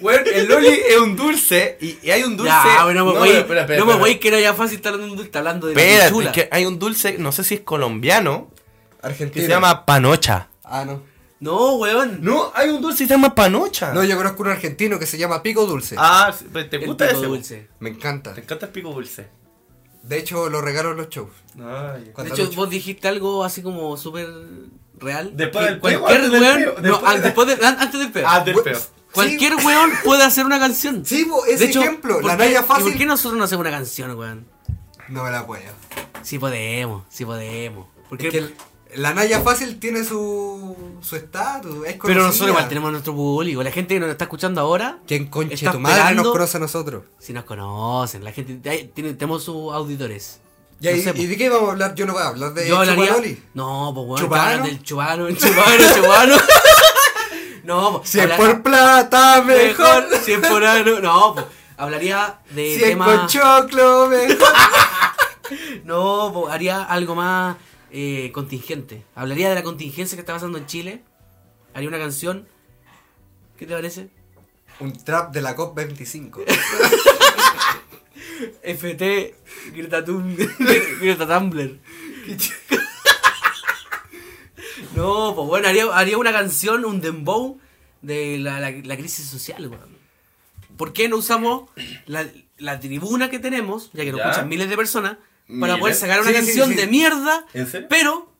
Weón, el Loli es un dulce y, y hay un dulce.
Ya, weón, no
pues,
me voy.
pero espera, espera,
No me
espera.
voy que no haya fácil estar hablando, está hablando de la
Espérate,
pichula.
es que hay un dulce, no sé si es colombiano, que
Argentina.
se llama panocha.
Ah, no.
No, weón.
No, hay un dulce que se llama panocha.
No, yo conozco un argentino que se llama Pico Dulce.
Ah, sí, pero ¿te
El
gusta
pico
ese?
dulce.
Me encanta.
Te encanta el pico dulce.
De hecho, lo regalo en los shows.
Ay.
De
Cuando
hecho,
lo-
vos dijiste algo así como súper real.
Después
Que
del peo,
cualquier
antes del
weón-
peo,
no,
después
al-
de-
después de- an- antes del peo.
Ah, del
We-
peo.
cualquier weón puede hacer una canción.
Sí, bo, ese
De hecho,
ejemplo,
¿por
la
qué-
Naya
¿y ¿Por qué
Fácil.
nosotros no hacemos una canción, weón?
No me la puedo.
Sí podemos, sí podemos. Porque,
Es que la Naya Fácil tiene su su estatus. es
pero
conocida.
nosotros igual tenemos nuestro público. La gente que nos está escuchando ahora,
¿Quién conche
Está
tu madre
esperando-
nos conoce a nosotros?
si nos conocen, la gente hay- tiene- tenemos sus auditores.
Ya,
No
y,
sé, po.
y de qué vamos a hablar? pues. Yo no voy a hablar de
Yo hablaría.
Chupaloli.
No, pues weón,
¿Chupano?
hablan del chubano, el chubano, el chubano. no, pues.
Si es
habla-
por plata, mejor. eh,
Si es por ano. No, pues. Hablaría de
Si es con
temas.
choclo, mejor.
No, pues haría algo más eh, contingente. Hablaría de la contingencia que está pasando en Chile. Haría una canción. ¿Qué te parece?
Un trap de la COP25.
FT Greta, Thun- Greta Tumblr. no, pues bueno, haría, haría una canción, un dembow de la, la- la crisis social, weón. ¿Por qué no usamos la, la tribuna que tenemos, ya que nos
Ya.
escuchan miles de personas, para
Miles.
poder sacar una
Sí, sí,
canción
sí.
de mierda,
¿En serio?
pero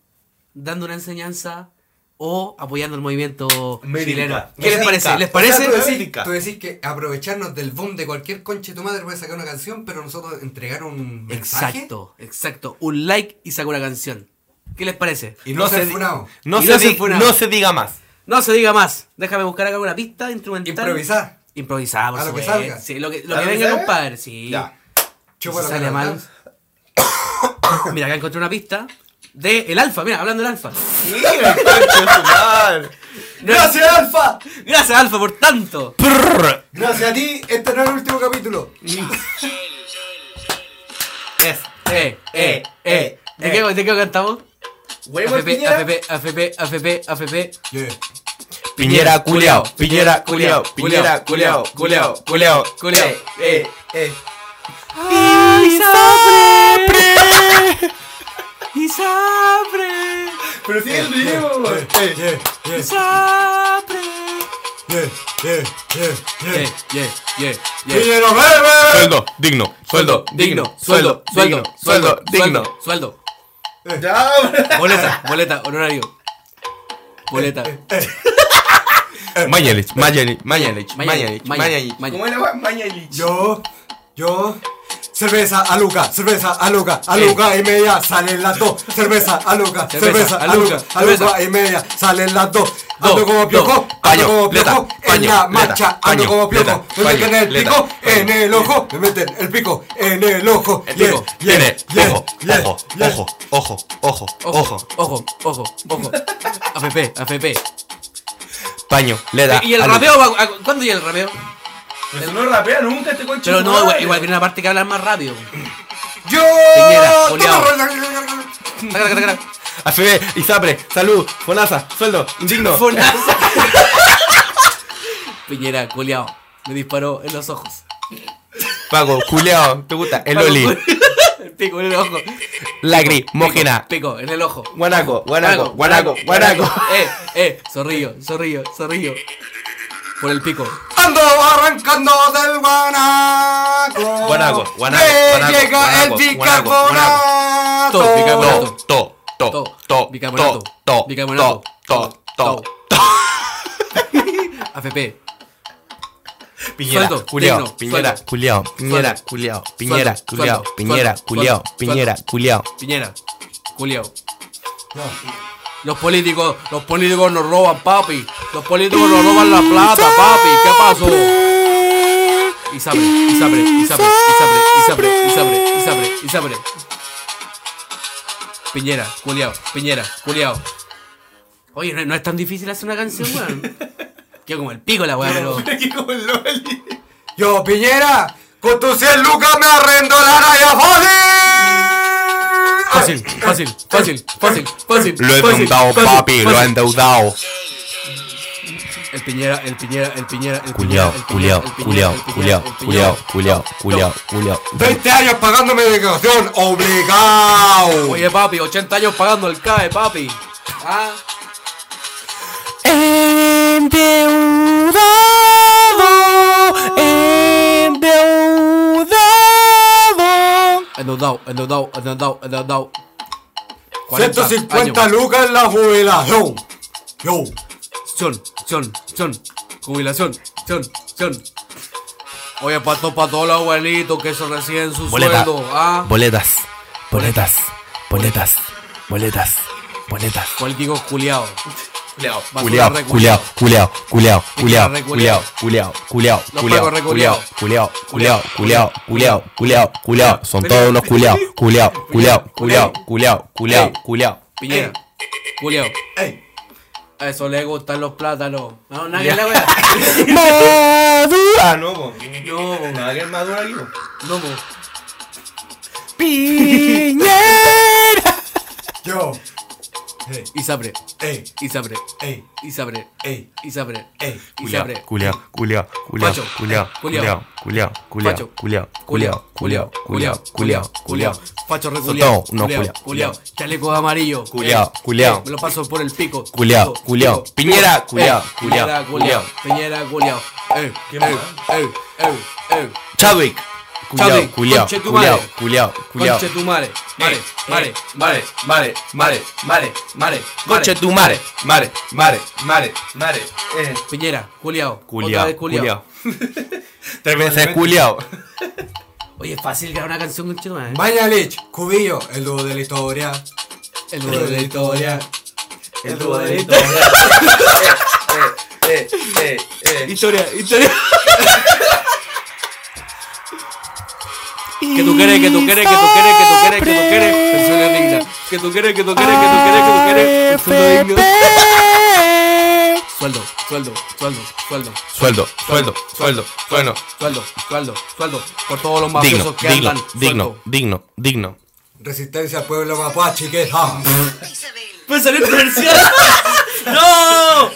dando una enseñanza o apoyando el movimiento
Médica.
chileno? ¿Qué les
Médica.
parece? ¿Les
O sea,
parece?
tú, decís,
América.
tú decís que aprovecharnos del boom de cualquier conche tu madre puede sacar una canción, pero nosotros entregar un mensaje.
Exacto, exacto. Un like y saca una canción. ¿Qué les parece?
Y no, ser
di-
funado.
no
Y
se
no ser
di-
funado.
no se diga más.
No se diga más. Déjame buscar acá una pista instrumental.
Improvisar.
Improvisar, por
A lo que
supuesto.
salga.
Sí, lo que, lo
¿A
que
lo que
venga,
salga?
compadre. Sí.
Ya.
Si
Chupa la
sale
cara,
mal.
¿verdad?
Mira, acá encontré una pista de el alfa. Mira, hablando del alfa.
Gracias, Alfa.
Gracias, alfa, por tanto.
Prrr.
Gracias a ti. Este no es el último capítulo.
Es.
Eh, eh, eh. ¿De
eh.
qué, de qué cantamos?
Huevos
AFP,
Piñera.
AFP, AFP, AFP, AFP.
Yeah.
Piñera culeado, Piñera culeado, Piñera culeado, culeado, culeado,
Culeado.
Eh, eh,
Isabre,
Pero sigue el río.
Yeah, yeah, yeah,
Isabre.
yeah, yeah, yeah, yeah.
Yeah, yeah, yeah, yeah.
Piñero, bebe.
Sueldo digno, sueldo digno, sueldo, sueldo, sueldo digno.
Sueldo.
Ya,
Boleta, boleta, honorario. Boleta.
Eh, Mañalich, Mañalich, Mañalich, Mañalich,
Mañalich,
Mañalich.
Mañalich.
¿Cómo era Mañalich?
Yo, yo. Cerveza a Luca, cerveza a Luca, a Luca y media, salen las dos. Cerveza a Luca, cerveza a Luca, a Luca y media, salen las dos. Ando
Dos,
como
dos.
piojo, ando
Paño,
como piojo,
leta,
en la
paño, leta,
marcha, ando
paño,
como piojo.
leta,
Me meten
paño,
el
leta,
pico
paño.
en el ojo, me meten el pico en el ojo.
El
Yes,
pico
yes,
tiene
yes,
ojo,
yes,
ojo,
yes.
ojo, ojo, ojo,
Ojo,
ojo.
ojo, ojo, ojo. AFP, AFP.
Paño, le da.
¿Y el
al-
rapeo? va- a- ¿Cuándo llega el rapeo?
Pero no rapea nunca este conche.
Pero no,
madre.
igual, igual viene la parte que hablan más rápido.
Yo,
Piñera,
toma,
oleado. Saca, saca, saca.
AFB, Eh, Isapre, salud, Fonasa, sueldo, indigno.
Fonaza. Piñera, culiao. Me disparó en los ojos.
Pago, culeado, te gusta, el
Pago,
Loli,
cul- el pico en el ojo.
lacrimógena,
Pico en el ojo.
guanaco, guanaco, guanaco, guanaco.
Eh, eh, zorrillo, zorrillo, zorrillo. Por el pico.
Ando arrancando del guanaco.
Guanaco, guanaco,
Me
guanaco,
llega
guanaco,
el
guanaco,
bicarbonato.
Todo, bicarbonato.
Ah, To, to, to, to,
Bicarbonato.
to, to,
Bicarbonato.
to, to, to.
AFP.
Piñera,
Sueldo,
culeado,
digno,
piñera,
sueldo.
culeado, piñera,
Sueldo,
culeado, piñera,
sueldo,
culeado,
sueldo,
piñera,
sueldo,
culeado,
sueldo,
piñera,
sueldo.
culeado.
Piñera, culiao. Los políticos, los políticos nos roban, papi. Los políticos nos roban la plata, papi. ¿Qué pasó? Y sabre, y sabre, y sabre, y sabre, y sabre, y sabre, y sabre. Piñera, culiao, Piñera, culiao. Oye, no, no es tan difícil hacer una canción, weón. Queda como el pico la weá, pero.
Yo, Piñera, con tus 100 lucas me arrendo la raya Foley.
Fácil, fácil, fácil, fácil, fácil.
Lo he
fácil,
endeudado,
fácil,
papi, lo he
fácil.
endeudado.
El piñera, el piñera, el piñera, el
Culeado,
Piñera,
culeado,
el Piñera,
culeado,
el Piñera,
culeado,
el Piñera.
culeado, culeado, culeado, culeado.
20 años pagándome de educación, obligado.
Oye, papi, 80 años pagando el CAE, papi. Ah, endeudado, endeudado, endeudado, endeudado. 40
150
años.
lucas en la jubilación. Yo,
Son, son, son. Jubilación, son, son. Oye, pato, pato, los abuelitos que se reciben su
Boleta.
sueldo. Ah,
Boletas, boletas, boletas, boletas, boletas.
políticos culiados.
Culeado,
Basura
culeado, culeado, culeado,
Piñera
culeado,
reculeado.
culeado, culeado, culeado,
Los
culeado,
pagos reculeados.
culeado, culeado, culeado, culeado, culeado, culeado, culeado. Son todos unos culeados, culeado, culeado, culeado, culeado, culeado, culeado.
Piñera, culiao.
ey.
A eso le gustan los plátanos. No, nadie la wea.
Madura, Ah, no, pues. po.
No, po.
Nada que es madura aquí, po.
no, po.
Piñera.
yo, eh, Ey,
Isabre,
ey,
Isabre,
ey,
Isabre,
ey,
Isabre,
ey.
Isabre.
Culeado, culeado, culeado,
Facho,
culeado,
culeado,
culeado, culeado, culeado,
facho,
culeado,
Culeado,
culeado,
culeado,
culeado,
culeado, culeado, culeado, facho
Soltado,
reculeado,
no,
culeado,
culeado,
culeado, chaleco amarillo,
Culeado,
eh,
culeado.
eh, me lo paso por el pico,
Culeado,
pico,
culeado.
pico,
Piñera,
pico,
culeado,
eh,
culeado,
Piñera, culeado, Piñera, culeado, eh, eh, eh, eh, eh,
Chadwick. Culeado,
Chadwick,
culeado,
conche tu
culeado,
madre.
culeado, culeado.
conche tu madre, madre, madre,
mare, mare, mare, mare, mare.
Conche
tu mare, mare, mare, mare, mare.
Piñera, culeado, otra
Culeado,
vez culeado,
culeado. Tres veces culeado.
oye, es fácil crear una canción con Chetumare,
Maya Lich, Cubillo, el dúo de la historia.
el
El dúo de la historia.
el
Historia, historia.
que tú quieres, que tú quieres, que tú quieres, que tú quieres, que tú quieres, persona digna. Que tú quieres, que tú quieres, que tú quieres, que tú quieres, persona digna. Sueldo, sueldo, sueldo, sueldo,
Sueldo, sueldo, sueldo, sueldo.
sueldo, sueldo, sueldo. Por todos los
Digno,
mafiosos que
digno,
andan.
digno, digno, digno.
Resistencia al pueblo mapache, que ja.
Isabel.
¡Me Pues salió comercial! ¡No!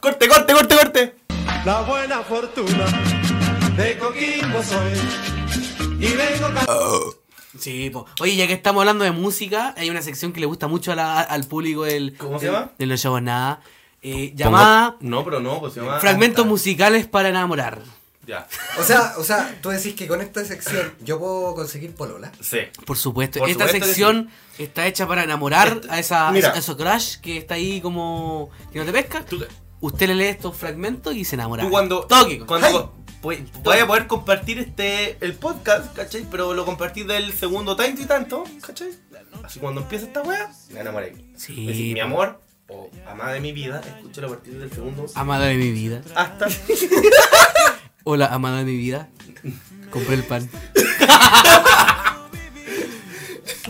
Corte, corte, corte, corte.
La buena fortuna de Coquimbo soy. Y vengo
Oh.
Sí, po. Oye, ya que estamos hablando de música, hay una sección que le gusta mucho a la- al público del.
¿Cómo se
del-
llama?
De los shows nada. Eh, llamada
No, pero no, pues se llama.
Fragmentos musicales para enamorar.
Ya.
O sea, o sea, tú decís que con esta sección yo puedo conseguir polola.
Sí.
Por supuesto.
Por
Esta
supuesto que
sección está hecha para enamorar a esa
Mira.
a esos crush que está ahí como que no te pesca.
Tú-
Usted le lee estos fragmentos y se enamora.
Tú cuando.
Toque.
Cuando. pues, Voy a poder compartir este el podcast, ¿cachai? Pero lo compartí del segundo tanto y tanto, ¿cachai? Así cuando empieza esta wea, me enamoré.
Sí.
Decir, mi amor, o amada de mi vida, escúchalo a partir del segundo
Amada de mi vida.
hasta.
Hola, amada de mi vida. Compré el pan.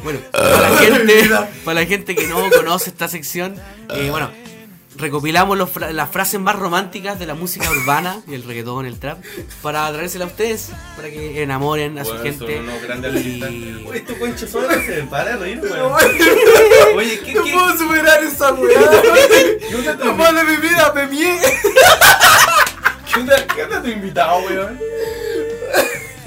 bueno, para la, gente, para la gente que no conoce esta sección, eh, bueno, recopilamos los fra- las frases más románticas de la música urbana y el reggaetón, el trap, para traérsela a ustedes, para que enamoren a su
Bueno, son
gente.
unos grandes
Y...
Oye, tu concha solo se para de reír, weón. Oye, ¿qué, qué?
superar esa weá. No de mi vida, me mie.
¿Qué onda, qué onda tu invitado, weón?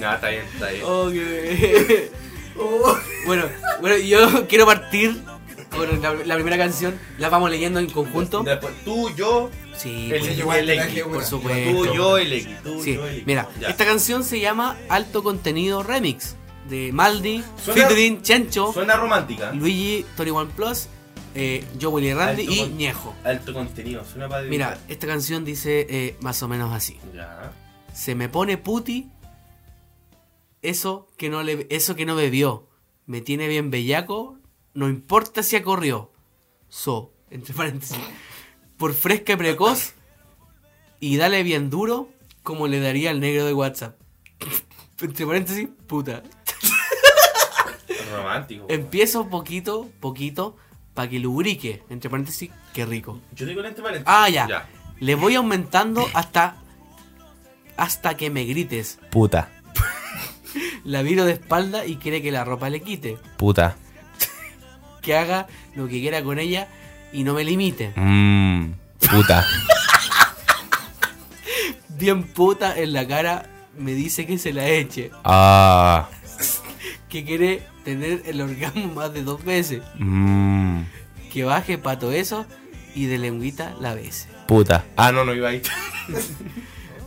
No, está bien, está bien.
Ok.
Oh.
bueno, bueno, yo quiero partir con la, la primera canción. La vamos leyendo en conjunto.
Después, tú, yo,
Sí,
el
pues,
y
igual
el
te traje
X.
una.
por
Tú,
supuesto.
yo, el X. Tú,
Sí,
yo, el X.
mira,
Ya.
esta canción se llama Alto Contenido Remix de Maldi,
Suena-
Featuring Chencho,
Suena romántica.
Luigi, Tony One Plus, eh, Yo Willy Randy
Alto
y
con-
Ñejo.
Alto contenido, suena para
Mira, esta canción dice eh, más o menos así.
Ya.
Se me pone puti eso que no le eso que no bebió. Me tiene bien bellaco, no importa si acorrió. So, entre paréntesis. Por fresca y precoz y dale bien duro como le daría al negro de WhatsApp. Entre paréntesis, puta.
Romántico.
Empiezo poquito, poquito, para que lubrique. Entre paréntesis, qué rico.
Yo digo en este paréntesis.
Ah, ya. Le voy aumentando hasta. hasta que me grites.
Puta,
La viro de espalda y quiere que la ropa le quite.
puta.
Que haga lo que quiera con ella y no me limite.
Mmm, puta.
Bien puta en la cara me dice que se la eche.
Ah,
Que quiere tener el orgasmo más de dos veces.
mmm,
Que baje pato eso y de lengüita la bese.
puta. Ah, no, no iba ahí.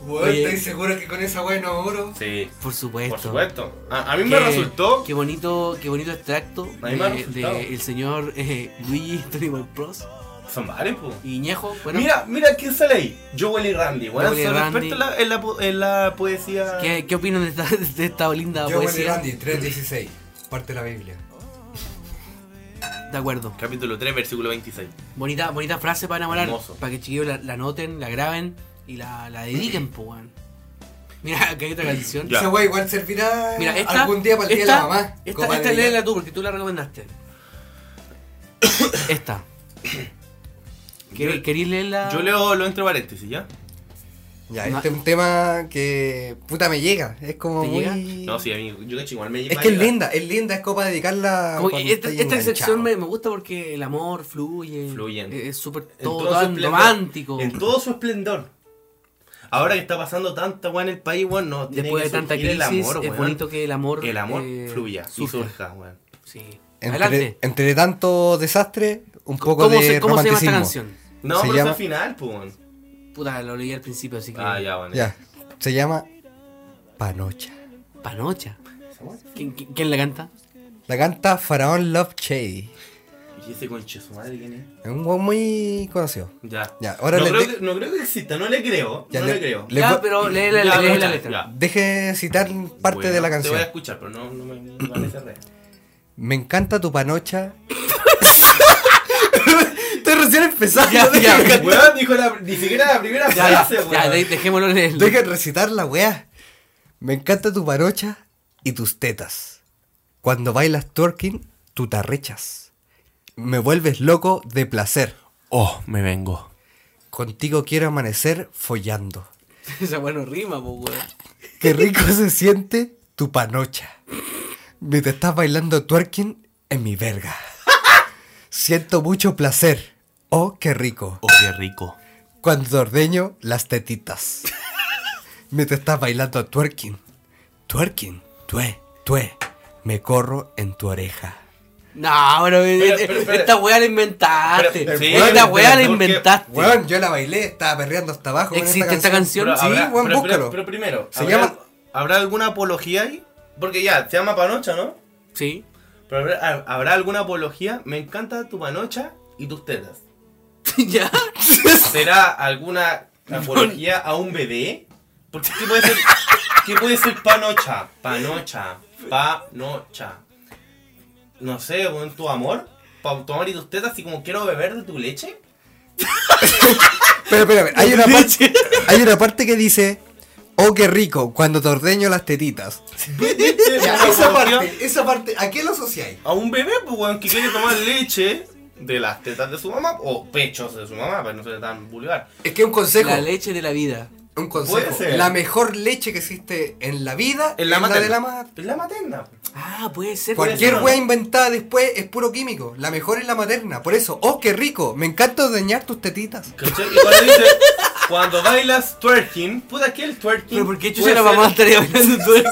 Weón, estoy seguro que con esa weá no oro.
Sí,
Por supuesto.
por supuesto. A, a mí me resultó.
Qué bonito, qué bonito extracto
A mí me ha
de,
resultado.
de el señor eh, Luigi Tony Pros
Son varios, pues. po.
y Ñejo. Bueno,
Mira, mira quién sale ahí. Joel y Randy, weón.
Joel y
Son
Randy.
expertos en la, en la po- en la poesía.
¿qué, ¿qué opinan de esta, de esta linda
Yo Willy
poesía?
Randy, 316. Parte de la Biblia.
De acuerdo.
Capítulo 3, versículo 26.
Bonita, bonita frase para enamorar.
Hermoso.
Para que chiquillos la, la noten, la graben y la, la dediquen, pues, weón. Mira, acá hay otra canción.
Ya.
Esa weá igual servirá
Mira, esta.
algún día para el día de
esta-
la mamá.
Esta,
comadre
esta
mía.
léela tú, porque tú la recomendaste. esta. ¿Queréis
Yo-
leerla?
Yo leo lo entre paréntesis, ¿ya?
Ya,
No.
este es un tema que puta me llega. Es como
¿Te
muy-
llega?
No, sí, a mí, yo cacho igual me
Es que es linda, es linda, es como para dedicarla.
Ah, Como que
cuando
esta,
estáis
esta
enganchados.
sección me, me gusta porque el amor fluye.
Fluyen.
Es es súper
En
todo,
todo su
tan
esplendor.
romántico.
En todo su esplendor. Ahora que está pasando tanta weá en el país, weón, no. tiene
Después de
que
tanta
surgir el
crisis,
amor,
es
weón.
bonito que el amor,
El amor
eh,
fluya y
surja.
surja, weón.
Sí.
Entre,
Adelante.
entre tanto desastre, un poco
¿Cómo,
de
se, cómo se llama
romanticismo.
esta canción?
No,
Se
pero
llama-
es al final, pues. weón.
Puta, lo leí al principio, así que.
Ah, ya, bueno.
Ya, se llama Panocha.
Panocha. ¿Quién, quién- quién la canta?
La canta Faraón Love Shady.
¿Y ese conche su madre quién es?
Es un weón muy conocido.
Ya.
Ya, ahora
no,
les
creo
de-
que, no creo que exista, no le creo.
Ya,
no
le-
le, creo.
le- Les
ya,
voy-
pero lee
Ya,
la, lee
escucha,
la letra.
ya.
Deje citar parte
Bueno, Te
de la
voy a
canción.
escuchar, pero no, no me, me parece real.
Me encanta tu panocha. Estoy recién empezando. dejen-
Weón, dijo la, ni siquiera la primera
Ya, ya,
frase,
ya,
weón.
de- dejémoslo leer.
Dejen recitar la weá. Me encanta tu panocha y tus tetas. Cuando bailas twerking, tú te arrechas. Me vuelves loco de placer.
Oh, me vengo.
Contigo quiero amanecer follando.
Esa bueno rima, po, weón.
Qué rico se siente tu panocha. Mientras estás bailando twerking en mi verga. Siento mucho placer. Oh, qué rico.
Oh, qué rico.
Cuando te ordeño las tetitas. Mientras estás bailando twerking. Twerking. Tue, tue. Me corro en tu oreja.
No, pero,
Espera,
eh,
espera, espera.
esta weá la inventaste.
Pero, pero, sí,
esta
pero,
weá la
pero, porque-
inventaste.
Weón, yo la bailé, estaba perreando hasta abajo. con
¿Existe esta canción?
Pero
Sí,
habrá-
weón,
pero,
búscalo.
pero- pero primero,
Se
¿habrá,
llama-
¿habrá alguna apología ahí? Porque ya, se llama Panocha, ¿no?
Sí.
Pero habrá, habrá alguna apología. Me encanta tu panocha y tus tetas.
ya.
¿Será alguna apología a un bebé? Porque ¿qué puede ser, qué puede ser panocha? Panocha, panocha. No sé, weón, tu amor. Pa- tu amor y tus tetas, y como quiero beber de tu leche.
Pero, pero, pero, hay una, parte, hay una parte que dice, oh, qué rico, cuando te ordeño las tetitas.
Una apología
esa parte, ¿a qué lo asociáis?
a un bebé, pues, weón, que quiere tomar leche de las tetas de su mamá o pechos de su mamá, para no ser tan vulgar.
Es que un consejo,
La leche de la vida.
un
Puede
consejo.
ser.
La mejor leche que existe en la vida
En la materna.
de la materna.
En la materna. pues,
Ah, puede ser.
Cualquier
ser.
wea inventada después es puro químico. La mejor es la materna. Por eso, oh, qué rico, me encanta ordeñar tus tetitas.
¿Cachai? Y cuando dice, cuando bailas twerking, puta que el twerking.
Pero ¿por qué chucha
puede
la
ser-
mamá estaría bailando todo el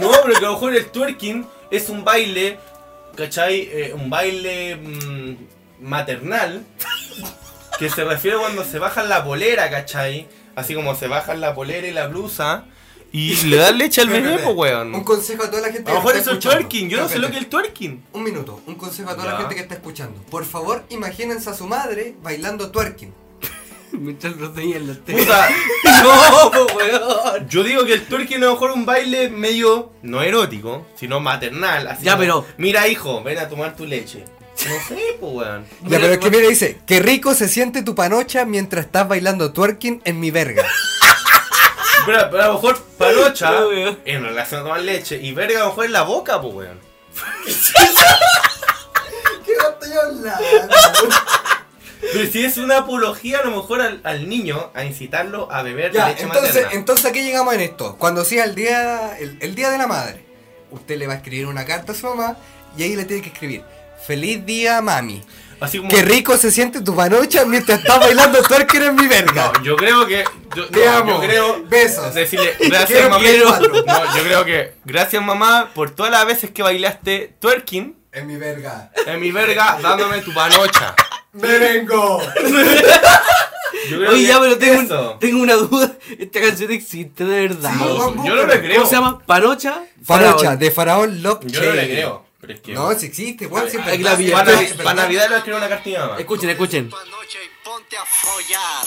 No, pero que a lo mejor el twerking es un baile, ¿cachai? Eh, un baile mm, maternal que se refiere cuando se bajan la polera, ¿cachai? Así como se bajan la polera y la blusa. Y le dan leche al bebé, pues, weón.
Un consejo Mm. a toda la gente
A lo mejor
que
eso
está
es
escuchando.
twerking, yo no sé lo que es el twerking.
Un minuto, un consejo a toda
Ya.
la gente que está escuchando. Por favor, imagínense a su madre bailando twerking.
Mientras lo tenía en la tele.
Puta, pues,
No, po, weón.
yo digo que el twerking a lo mejor es un baile medio no erótico, sino maternal. Así
Ya,
como,
pero-
Mira, hijo, ven a tomar tu leche. No sé, pues, weón.
Ya, pero es que mira, dice, qué rico se siente tu panocha mientras estás bailando twerking en mi verga.
Pero, pero a lo mejor panocha,
No, weón.
en relación a tomar leche, y verga a lo mejor en la boca, pues, weón.
¿Qué estoy hablando?
Pero si es una apología a lo mejor al, al niño a incitarlo a beber
Ya,
leche
entonces,
materna.
entonces aquí llegamos en esto. Cuando sea el día, el, el día de la madre, usted le va a escribir una carta a su mamá y ahí le tiene que escribir. Feliz día, mami.
Así como,
Qué rico se siente tu panocha mientras estás bailando twerking en mi verga.
No, yo creo que. Yo,
Te
no,
amo.
yo creo.
Besos.
Decirle, gracias
Quiero
mamá.
que cuatro.
No, yo creo que. Gracias mamá por todas las veces que bailaste twerking
En mi verga.
en mi verga dándome tu panocha.
¡Me vengo!
Yo creo
Oye,
que
ya, pero tengo,
eso.
un- tengo una duda. Esta canción existe de verdad.
Sí,
¿Cómo
weón.
Yo no le creo.
se llama? ¿Panocha?
Panocha, de Faraón Love
Yo no le
Shady.
creo. Pero es que.
No, si existe, weón, siempre
Aquí la vi.
para,
Navi-
para Navidad le voy a escribir una carta a mi mamá.
Escuchen, escuchen.
Panocha y ponte a follar.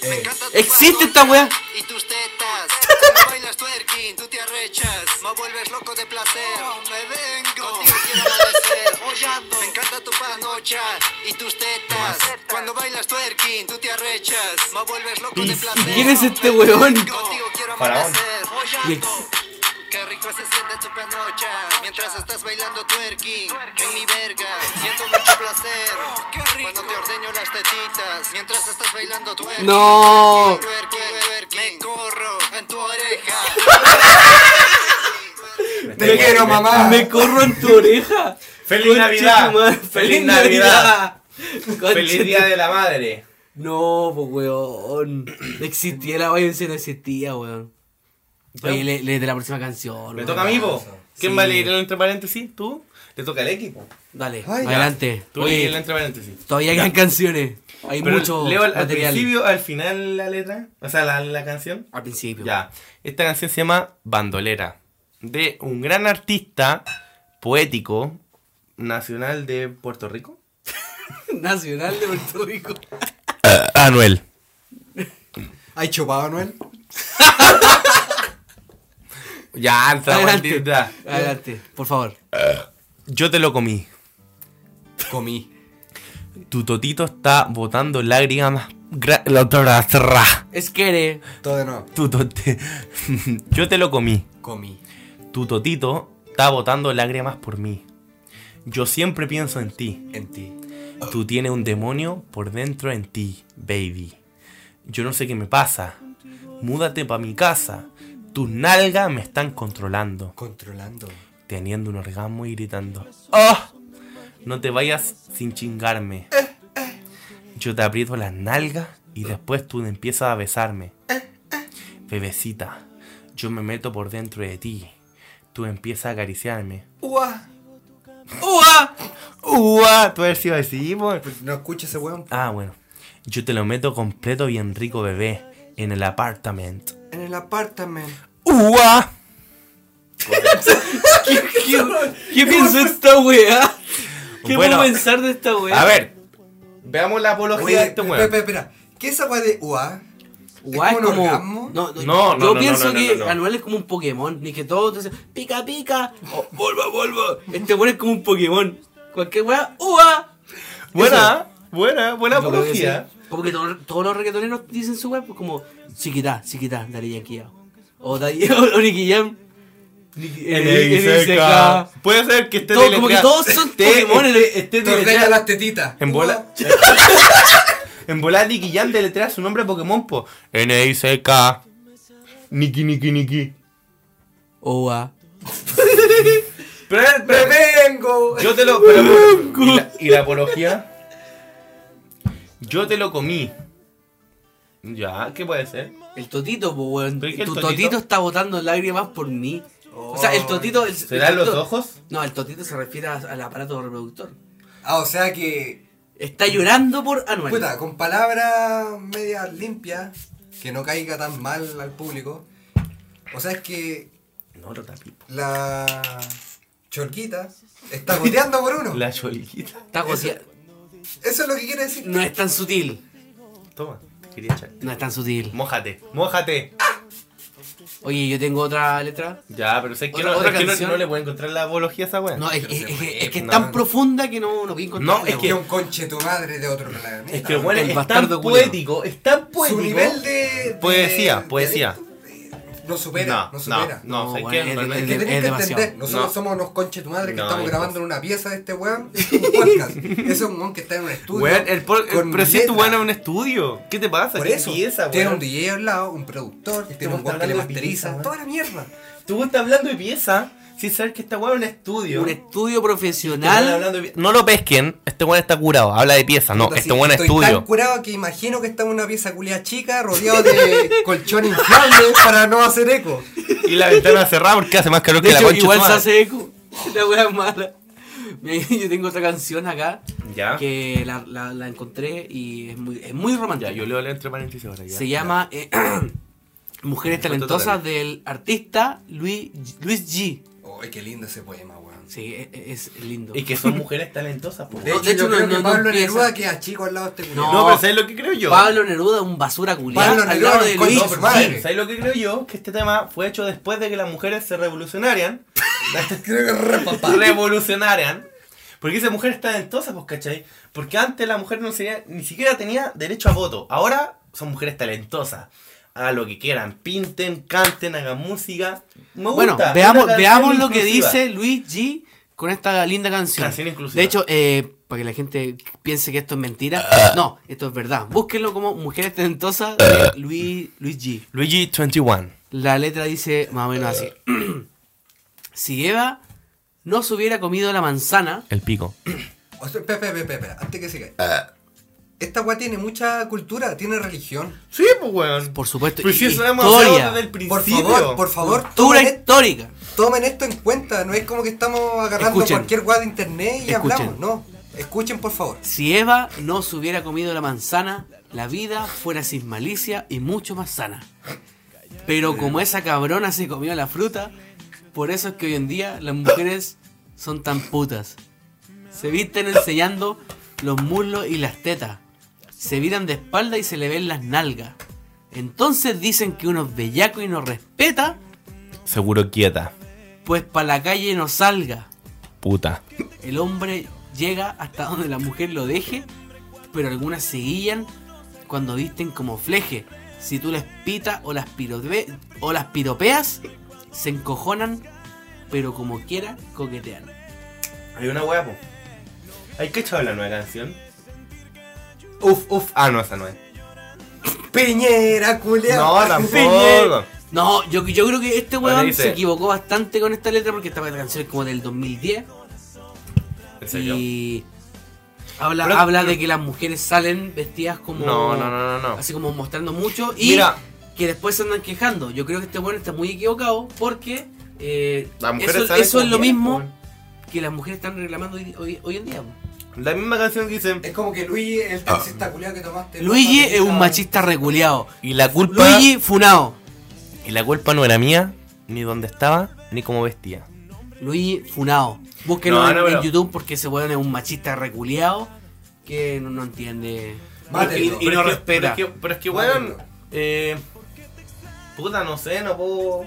Me encanta tu
Eh, ¿Existe esta
panocha
weá?
Y tus tetas. Cuando bailas twerking, tú te arrechas. Me vuelves loco de placer. Me vengo. Contigo quiero amanecer. Follando. Me encanta tu panocha y tus tetas. Cuando bailas twerking, tú te arrechas. Me vuelves loco de placer.
quién es este weón?
Contigo quiero
Faraón.
amanecer.
Y
Follando.
ex-
Qué rico se siente tu panocha Mientras estás bailando twerking En mi verga Siento mucho placer Cuando te ordeño las tetitas Mientras estás bailando twerking
No.
Twerking, twerking, corro en tu oreja.
Te quiero, mamá.
Me corro en tu oreja.
¡Feliz
Conche
Navidad!
tu madre,
¡Feliz Navidad!
Conche
¡Feliz
tu-
Día de la Madre!
No, pues weón. No existía la violencia, no existía, weón. Oye, le, le de la próxima canción.
Me
weón.
toca a mí, po. ¿Quién
Sí.
va a leer el entre paréntesis? ¿Tú? Te toca el equipo.
Dale,
Ay, ya.
adelante.
Tú
Oye,
leí el entre paréntesis.
todavía quedan canciones. Hay
Pero
mucho
leo al, al
material.
principio, al final la letra, o sea, la, la canción.
Al principio.
Ya, esta canción se llama Bandolera, de un gran artista poético nacional de Puerto Rico.
Nacional de Puerto Rico.
Anuel.
¿Hay chupado, Noel?
Ya, entra,
Adelante.
maldita.
Adelante, por favor.
Yo te lo comí.
Comí.
Tu totito está botando lágrimas. gra- La otra ra.
Es que eres.
Todo de nuevo.
Tu tote- Yo te lo comí.
Comí.
Tu totito está botando lágrimas por mí. Yo siempre pienso en ti.
En ti.
Tú tienes un demonio por dentro en ti, baby. Yo no sé qué me pasa. Múdate pa' mi casa. Tus nalgas me están controlando.
Controlando.
Teniendo un orgasmo y gritando. ¡Oh! No te vayas sin chingarme. Yo te aprieto las nalgas y después tú empiezas a besarme. Bebecita, yo me meto por dentro de ti. Tú empiezas a acariciarme.
¡Ua!
¡Ua! ¡Ua! Tú eres así, po.
Pues no escucha ese weón.
Ah, bueno. Yo te lo meto completo bien rico, bebé, en el apartamento.
En el apartamento.
¡Ua!
¿Qué pienso esta weá? ¿Qué
Bueno,
puedo pensar de esta weá?
A ver, veamos la apología
Oye,
de este
espera,
weón.
espera, espera. ¿Qué es esa weá de ua?
Guay,
¿Es como un orgasmo?
No,
No,
no,
no, no,
Yo
no,
pienso
no, no,
que
no, no.
Anuel es como un Pokémon. Ni que todo te dice, pica, pica. o, volva, volva. Este weón es como un Pokémon. Cualquier weá, ¡uva!
Buena, buena, buena
Yo creo que sí.
apología.
Como que todo- todos los reggaetoneros dicen su web, como chiquita, chiquita, Dari Yankee. O Dari o, o Nicky Jam. Nicky- eh,
NXK.
NXK.
Puede ser que esté eh,
Todo- como que todos son
este
Pokémon.
Te ordena las tetitas.
En bola. en bola Nicky Jam deletrea su nombre a Pokémon po. N-I-C-K. Niki, Niki, Niki.
Oa.
Pero, pero-
¡Prevengo!
Yo te lo. pero- ¿y, la, y la apología? Yo te lo comí. Ya, ¿qué puede ser?
El totito, pues weón.
¿Pero es que el
Tu
totito?
totito? está botando lágrimas por mí. o sea, el totito. el- el
¿Serán Oh. los
totito-
ojos?
No, el totito se refiere a- al aparato reproductor.
Ah, o sea que.
Está llorando por Anuel.
Puta, con palabras medias limpias, que no caiga tan mal al público. O sea, es que
No, lo tapipo.
la chorquita está goteando por uno.
La choliquita.
Está gotea-
Eso es lo que quiere decir.
No es tan sutil.
Toma, te quería echar.
No es tan sutil.
Mójate, mójate.
Oye, yo tengo otra letra.
Ya, pero sé que,
Otra-
no,
otra
es que no-
canción.
no le puedo encontrar la apología a esa weá.
No, es,
Pero
es-
se
es-
puede,
es que es
no,
tan
no.
profunda que no, no voy a encontrar.
No, es
Que un conche tu madre de otro planeta.
Es que el weón
El
es tan
bastardo culiao.
poético, es tan
Su
poético.
nivel de. de-
Poesía,
de-
poesía.
de- no supera,
No,
no,
no,
supera.
no,
No,
sé
weón,
que
es de-
Es
realmente-
que
es
tenés que
demasiado.
entender, nosotros
No.
somos unos conches tu madre que
No,
estamos
imposible.
grabando en una pieza de este weón, un podcast. Ese es un weón que está en un estudio.
Weón, el por-
con
pero si es tu
letras.
weón en un estudio. ¿Qué te pasa?
Por
¿Qué
eso,
pieza, weón? Este
tiene un DJ al lado, un productor, tiene
weón
un weón que
hablando
le
de
masteriza,
pieza, weón.
toda la mierda.
Tú estás hablando de pieza sin saber que esta weá es un estudio.
Un estudio
Este weón
profesional.
hablando de pie- No lo pesquen, este weón está curado, habla de pieza, no,
Puta,
este
si
weón es
estoy tan
estudio.
curado que imagino que está en una pieza culia chica, rodeado de colchón inflable para no hacer eco.
Y la ventana cerrada porque hace más calor
De
que la
hecho,
concha. de
igual
su
se
madre.
hace eco. La wea es mala. Mira, yo tengo otra canción acá
Ya.
que la, la- la encontré y es muy, es muy romántica.
Ya, yo leo la entre paréntesis ahora. Ya.
Se llama eh, Mujeres
Cuento
Talentosas
total.
del artista Luis, Luis G.
Ay, qué lindo ese poema, weón.
Sí, e- e- es, lindo.
Y que son mujeres talentosas, po.
De
No,
hecho,
de hecho,
yo
no-
creo que
no- no
Pablo
empieza.
Neruda queda chico al lado de este culiao.
No, pero ¿sabes lo que creo yo?
Pablo Neruda, un basura culiado.
Pablo
al
Neruda,
lado de
con
Luis
dos
G.
hermanos.
¿Sabes lo que creo yo? Que este tema fue hecho después de que las mujeres se revolucionaran.
Creo que es re papá.
revolucionaran. Porque esa mujer es talentosa, pues, ¿cachai? Porque antes la mujer no sería, ni siquiera tenía derecho a voto. Ahora son mujeres talentosas. Hagan lo que quieran. Pinten, canten, hagan música. Me
Bueno,
gusta.
veamos,
Una canción
veamos lo que
inclusiva.
dice Luis G con esta linda canción.
Canción inclusiva.
De hecho, eh, para que la gente piense que esto es mentira, no, esto es verdad. Búsquenlo como Mujeres Tentosas de Luis, Luis G.
Luigi 21.
La letra dice más o menos así. si Eva no se hubiera comido la manzana,
El pico.
O sea, Espera, espera, espera, espera, antes que siga. Esta weá tiene mucha cultura, tiene religión.
Sí, pues, weón.
por supuesto,
Pues
y-
sí, eso lo hemos
historia.
hablado desde el
Por
principio.
favor, por favor,
cultura
tomen, et-
histórica.
tomen esto en cuenta. No es como que estamos agarrando
Escuchen.
cualquier weá de internet y
Escuchen.
hablamos, no. Escuchen, por favor.
Si Eva no se hubiera comido la manzana, la vida fuera sin malicia y mucho más sana. Pero como esa cabrona se comió la fruta, por eso es que hoy en día las mujeres son tan putas. Se visten enseñando los muslos y las tetas. Se viran de espalda y se le ven las nalgas. Entonces dicen que uno es bellaco y no respeta,
Seguro quieta.
pues para la calle no salga.
Puta.
El hombre llega hasta donde la mujer lo deje, pero algunas se guían cuando visten como fleje. Si tú las pitas o las, pirope- o las piropeas, se encojonan, pero como quiera, coquetean.
Hay una weá, po. ¿Hay que echar la nueva canción? Uf, uf. Ah, no, esa no es.
Piñera, culiao.
No, tampoco.
No, yo, yo creo que este
Ahora
weón
dice-
se equivocó bastante con esta letra porque esta canción es como del 2010
¿En serio?
y habla,
Pero-
habla de que las mujeres salen vestidas como...
No, no, no, no, no.
Así como mostrando mucho y
Mira.
que después se andan quejando. Yo creo que este bueno está muy equivocado porque eh,
Las mujeres
eso,
salen
eso es
como
lo
quieren,
mismo
weón.
que las mujeres están reclamando hoy, hoy- hoy en día. pues. po.
La misma canción que dicen.
Es como que Luigi, el taxista culiao que tomaste.
Luigi
no,
es un
no,
machista reculeado.
Y la
Luigi funao.
Y la culpa no era mía, ni dónde estaba, ni cómo vestía.
Luigi funao. Búsquenlo
No,
en,
no,
en
pero-
YouTube porque ese weón es un machista reculeado que no, no entiende
Mátenlo.
y, y no respeta.
Pero es que, pero es que, weón. Eh, Este puta, no sé, no puedo.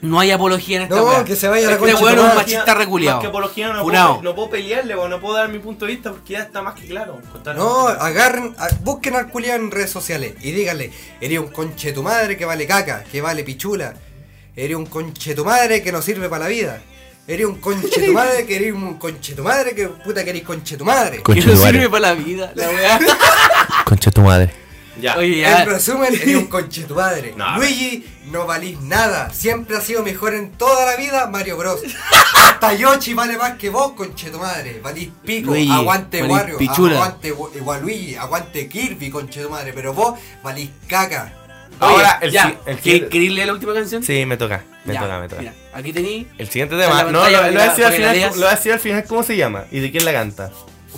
no hay apología en esta
No,
weá.
que se vaya a la
Este
concha
weón
tu
es un
madre.
machista reculeado.
Más que apología, no,
Funao.
puedo, no puedo pelearle, weón, no puedo dar mi punto de vista porque ya está más que claro. Contar-
No, agarren, a- busquen al culiao en redes sociales y díganle, eres un conche tu madre que vale caca, que vale pichula. Eres un conche tu madre que no sirve para la vida. Eres un conche tu madre que eres un conche tu madre que puta que eres conche tu madre.
Que no sirve para la vida, la weá.
Concha tu madre. Ya.
Oye, ya.
En resumen, eres un conche tu madre.
No.
Luigi, no valís nada. Siempre ha sido mejor en toda la vida Mario Bros. Hasta Yoshi vale más que vos, conche tu madre. Valís pico,
Luigi,
aguante
valís
Wario,
pichula.
aguante Wa- Waluigi, aguante Kirby, conche tu madre. Pero vos valís caca.
Ahora,
Oye,
el,
ya,
si- el
¿quer-
siguiente.
¿Queréis leer la última canción?
Sí, me toca, me
Ya,
toca, me toca.
mira, aquí tení.
El siguiente
la
tema. No,
pantalla
lo, lo voy a decir al
para que la
final.
leas.
Lo voy a decir al final cómo se llama y de quién la canta.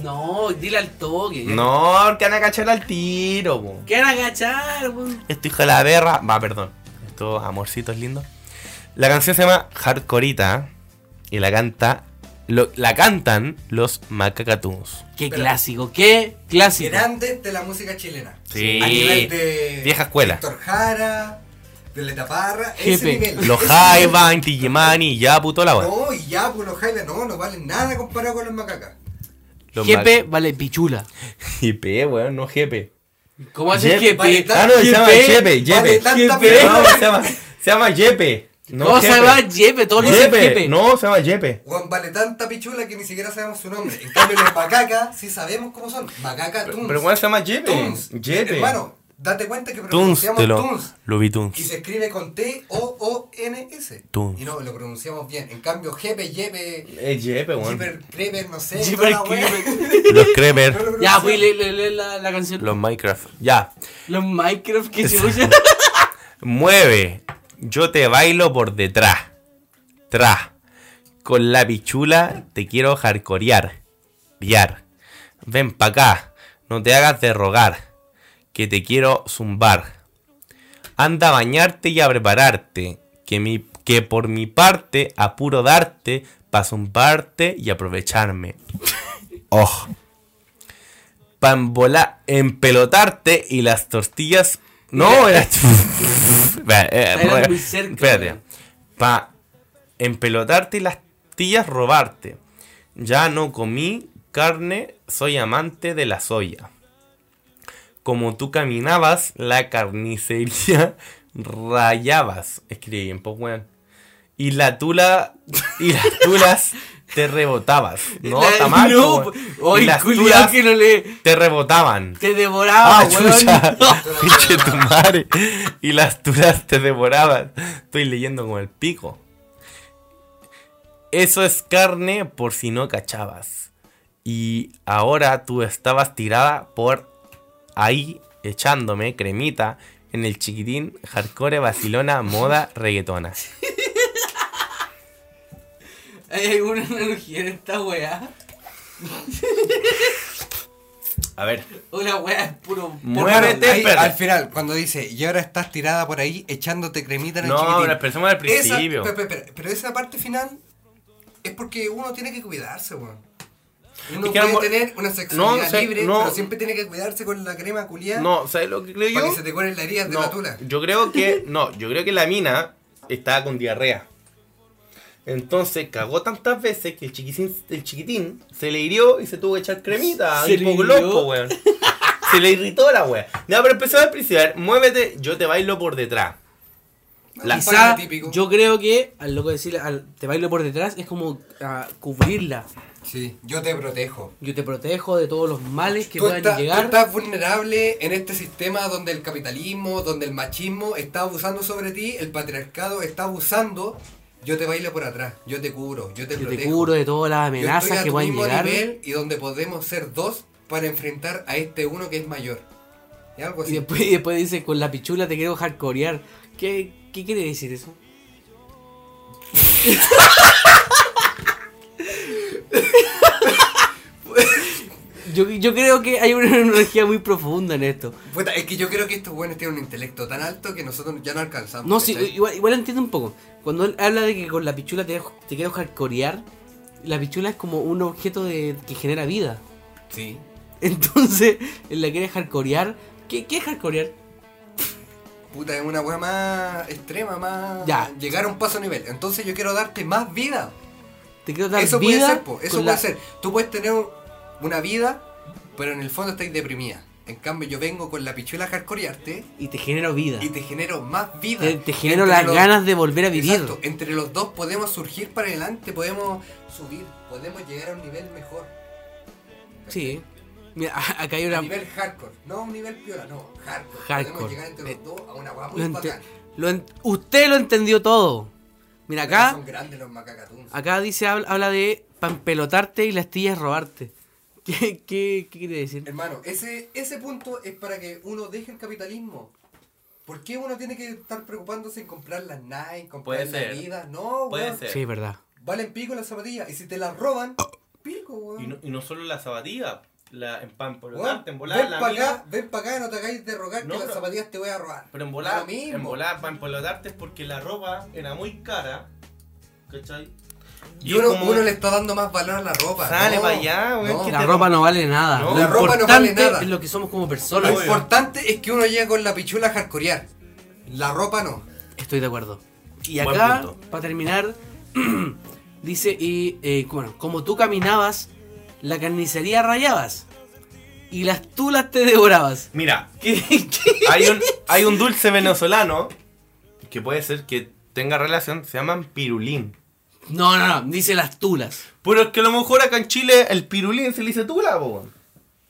No, dile al toque.
No, porque van a cachar al tiro, po.
¿Qué van a agachar, weón?
Esto hijo de la berra. Va, perdón. Esto, amorcitos lindos. La canción se llama Hardcoreita. Y la canta. lo- la cantan los Macacatuns.
Qué
Espera.
clásico, qué clásico.
Grandes de este, la música chilena.
Sí.
A nivel de.
Vieja escuela.
Héctor Jara, Violeta Parra, ese
Jepe.
nivel.
Los Jaiban, Tijimani, ya puto la wea.
No, y ya, pues los Jaime, no, no valen nada comparado con los macacas.
Los
Jepe vale pichula.
Mac- Jepe, weón, no Jepe.
¿Cómo haces
Jepe.
jepe?
vale
Ah, no, se llama
Jepe.
Jepe,
Vale
Jepe.
tanta
Jepe.
plata.
No, se llama, se llama Jepe. No,
¿Cómo se
Jepe.
llama jepe? Todos le dicen
Jepe.
jepe.
No, se llama Jepe.
Juan vale tanta pichula que ni siquiera sabemos su nombre. En cambio, los macacas sí sabemos cómo son. Macaca Tunes.
Pero weón se llama Jepe.
Tunes.
Jepe.
Hermano, date cuenta que
Tunes,
pronunciamos
te lo.
Tunes.
Lo vi
Y
Tunes.
se escribe con T-O-O-N-S.
Tunes.
Y no, lo pronunciamos bien. En cambio, Jepe, Jepe,
Es Jepe, weón.
Jeeper, Creeper, no sé.
Jeeper,
toda la wea.
Jeeper.
Los Kremer.
No lo
Ya,
pronunciamos.
pues lee, lee- lee la, la canción.
Los Minecraft. Ya.
Los Minecraft que chucha.
Mueve. Yo te bailo por detrás. Tra. Con la pichula te quiero jarcorear. Diar. Ven pa' acá. No te hagas de rogar. Que te quiero zumbar. Anda a bañarte y a prepararte. Que, mi, que por mi parte apuro darte. Pa' zumbarte y aprovecharme. Oh. Pa' embola- empelotarte y las tortillas. No, era. Espera, eh,
Era
re-
muy cerca,
Espérate.
weón.
Pa' empelotarte y las tortillas robarte. Ya no comí carne, soy amante de la soya. Como tú caminabas, la carnicería rayabas. Escribí en poco, weón. Y la tula. Y las tulas te rebotabas. No,
La-
está mal,
no,
po, weón.
hoy
Y las
culiao
tulas
que no le.
te rebotaban.
Te devoraba,
Ah,
weón.
chucha.
No.
Pinche tu madre. Y las tulas te devoraban. Estoy leyendo con el pico. Eso es carne por si no cachabas. Y ahora tú estabas tirada por ahí echándome cremita en el chiquitín hardcore vacilona moda reggaetona.
¿Hay alguna analogía en esta weá?
A ver,
O la weá es puro.
muévete,
Ahí,
perra.
al final, cuando dice, y ahora estás tirada por ahí echándote cremita en el
No,
chiquitín".
pero empecemos al
Esa-
principio.
pe- pe- pe- pero, esa parte final es porque uno tiene que cuidarse, weón. Uno
Es que
puede
amor-
tener una sexualidad
o sea,
libre,
no.
pero siempre tiene que cuidarse con la crema culiada
No, ¿sabes lo que creo yo?
para que se te cuelen las heridas de la tula.
Yo creo que. No, yo creo que la mina estaba con diarrea. Entonces cagó tantas veces que el chiquitín, el chiquitín se le hirió y se tuvo que echar cremita.
Se
Se
le hirió.
loco, weón. Se le irritó la wea. Ya, pero empezó a principio. Muévete, yo te bailo por detrás. La-
Un
Quizá
baile típico.
yo creo que al loco decirle al te bailo por detrás es como ah, cubrirla.
Sí, yo te protejo.
Yo te protejo de todos los males que
Tú
puedan
estás, tú
llegar.
estás vulnerable en este sistema donde el capitalismo, donde el machismo está abusando sobre ti, el patriarcado está abusando. Yo te bailo por atrás, yo te cubro, yo te
Yo te
protejo.
cubro de todas las
Yo
amenazas
estoy a
que
tu
puedan
mismo
llegar.
nivel y donde podemos ser dos para enfrentar a este uno que es mayor. Y algo
Y
así.
después, y después dice, con la pichula te quiero hardcorear. ¿Qué, ¿Qué quiere decir eso? yo, yo creo que hay una energía muy profunda en esto.
Puta, es que yo creo que estos buenos tienen un intelecto tan alto que nosotros ya no alcanzamos.
No, sí,
¿cachai?
igual, igual entiendo un poco. Cuando él habla de que con la pichula te, te quiero hardcorear, la pichula es como un objeto de, que genera vida.
Sí.
Entonces, él la quiere hardcorear. ¿Qué, qué es hardcorear?
Puta, es una weá más extrema, más.
Ya.
Llegar a un paso nivel. Entonces yo quiero darte más vida.
Te quiero dar
eso
vida.
puede ser, po, eso
con la-
puede ser. Tú puedes tener un- una vida, pero en el fondo estáis deprimida. En cambio, yo vengo con la pichuela a hardcorearte
Y te genero vida.
y te genero más vida.
Te, te genero
Entre
las
los-
ganas de volver a vivir.
Exacto, entre los dos podemos surgir para adelante, podemos subir, podemos llegar a un nivel mejor.
Sí. Mira, a- acá hay
A
una.
nivel hardcore, no a un nivel piola, no, hardcore.
Hardcore.
Podemos llegar entre
Eh,
los dos a una guapa
lo
muy
ente-
bacán.
lo en- usted lo entendió todo. Mira, acá,
Son grandes los macacatuns.
acá dice, habla, habla de pampelotarte y las tías robarte. ¿Qué, qué, qué quiere decir?
Hermano, ese, ese punto es para que uno deje el capitalismo. ¿Por qué uno tiene que estar preocupándose en comprar las Nike, comprar
Puede
las
ser.
Adidas? No,
Puede
weón.
ser.
Sí, verdad.
Valen pico las zapatillas. Y si te las roban, pico, weón.
Y no, y no solo la zapatilla, la en pan por
Weón,
en volar,
ven
la
para
mina-
acá, ven para acá, no te hagáis de rogar
No,
que las
pero-
zapatillas te voy a robar.
Pero en
Da
volar,
lo mismo.
en volar, para empolotarte es porque la ropa era muy cara. ¿Cachai?
Y,
es
uno,
como-
uno le está dando más valor a la ropa.
Sale
no,
pa' allá, weón,
no.
que
La
te-
ropa no vale nada.
No,
lo
la
ropa no
importante
vale nada.
es lo que somos como personas.
Lo importante es que uno llega con la pichula a hardcorear. La ropa no.
Estoy de acuerdo. Y
Buen
acá,
punto.
para terminar, dice, y eh, bueno, como tú caminabas, la carnicería rayabas y las tulas te devorabas.
Mira,
¿Qué, qué?
hay un, hay un dulce venezolano que puede ser que tenga relación, se llaman pirulín.
No, no, no, dice las tulas.
Pero es que a lo mejor acá en Chile el pirulín se le dice tula, po.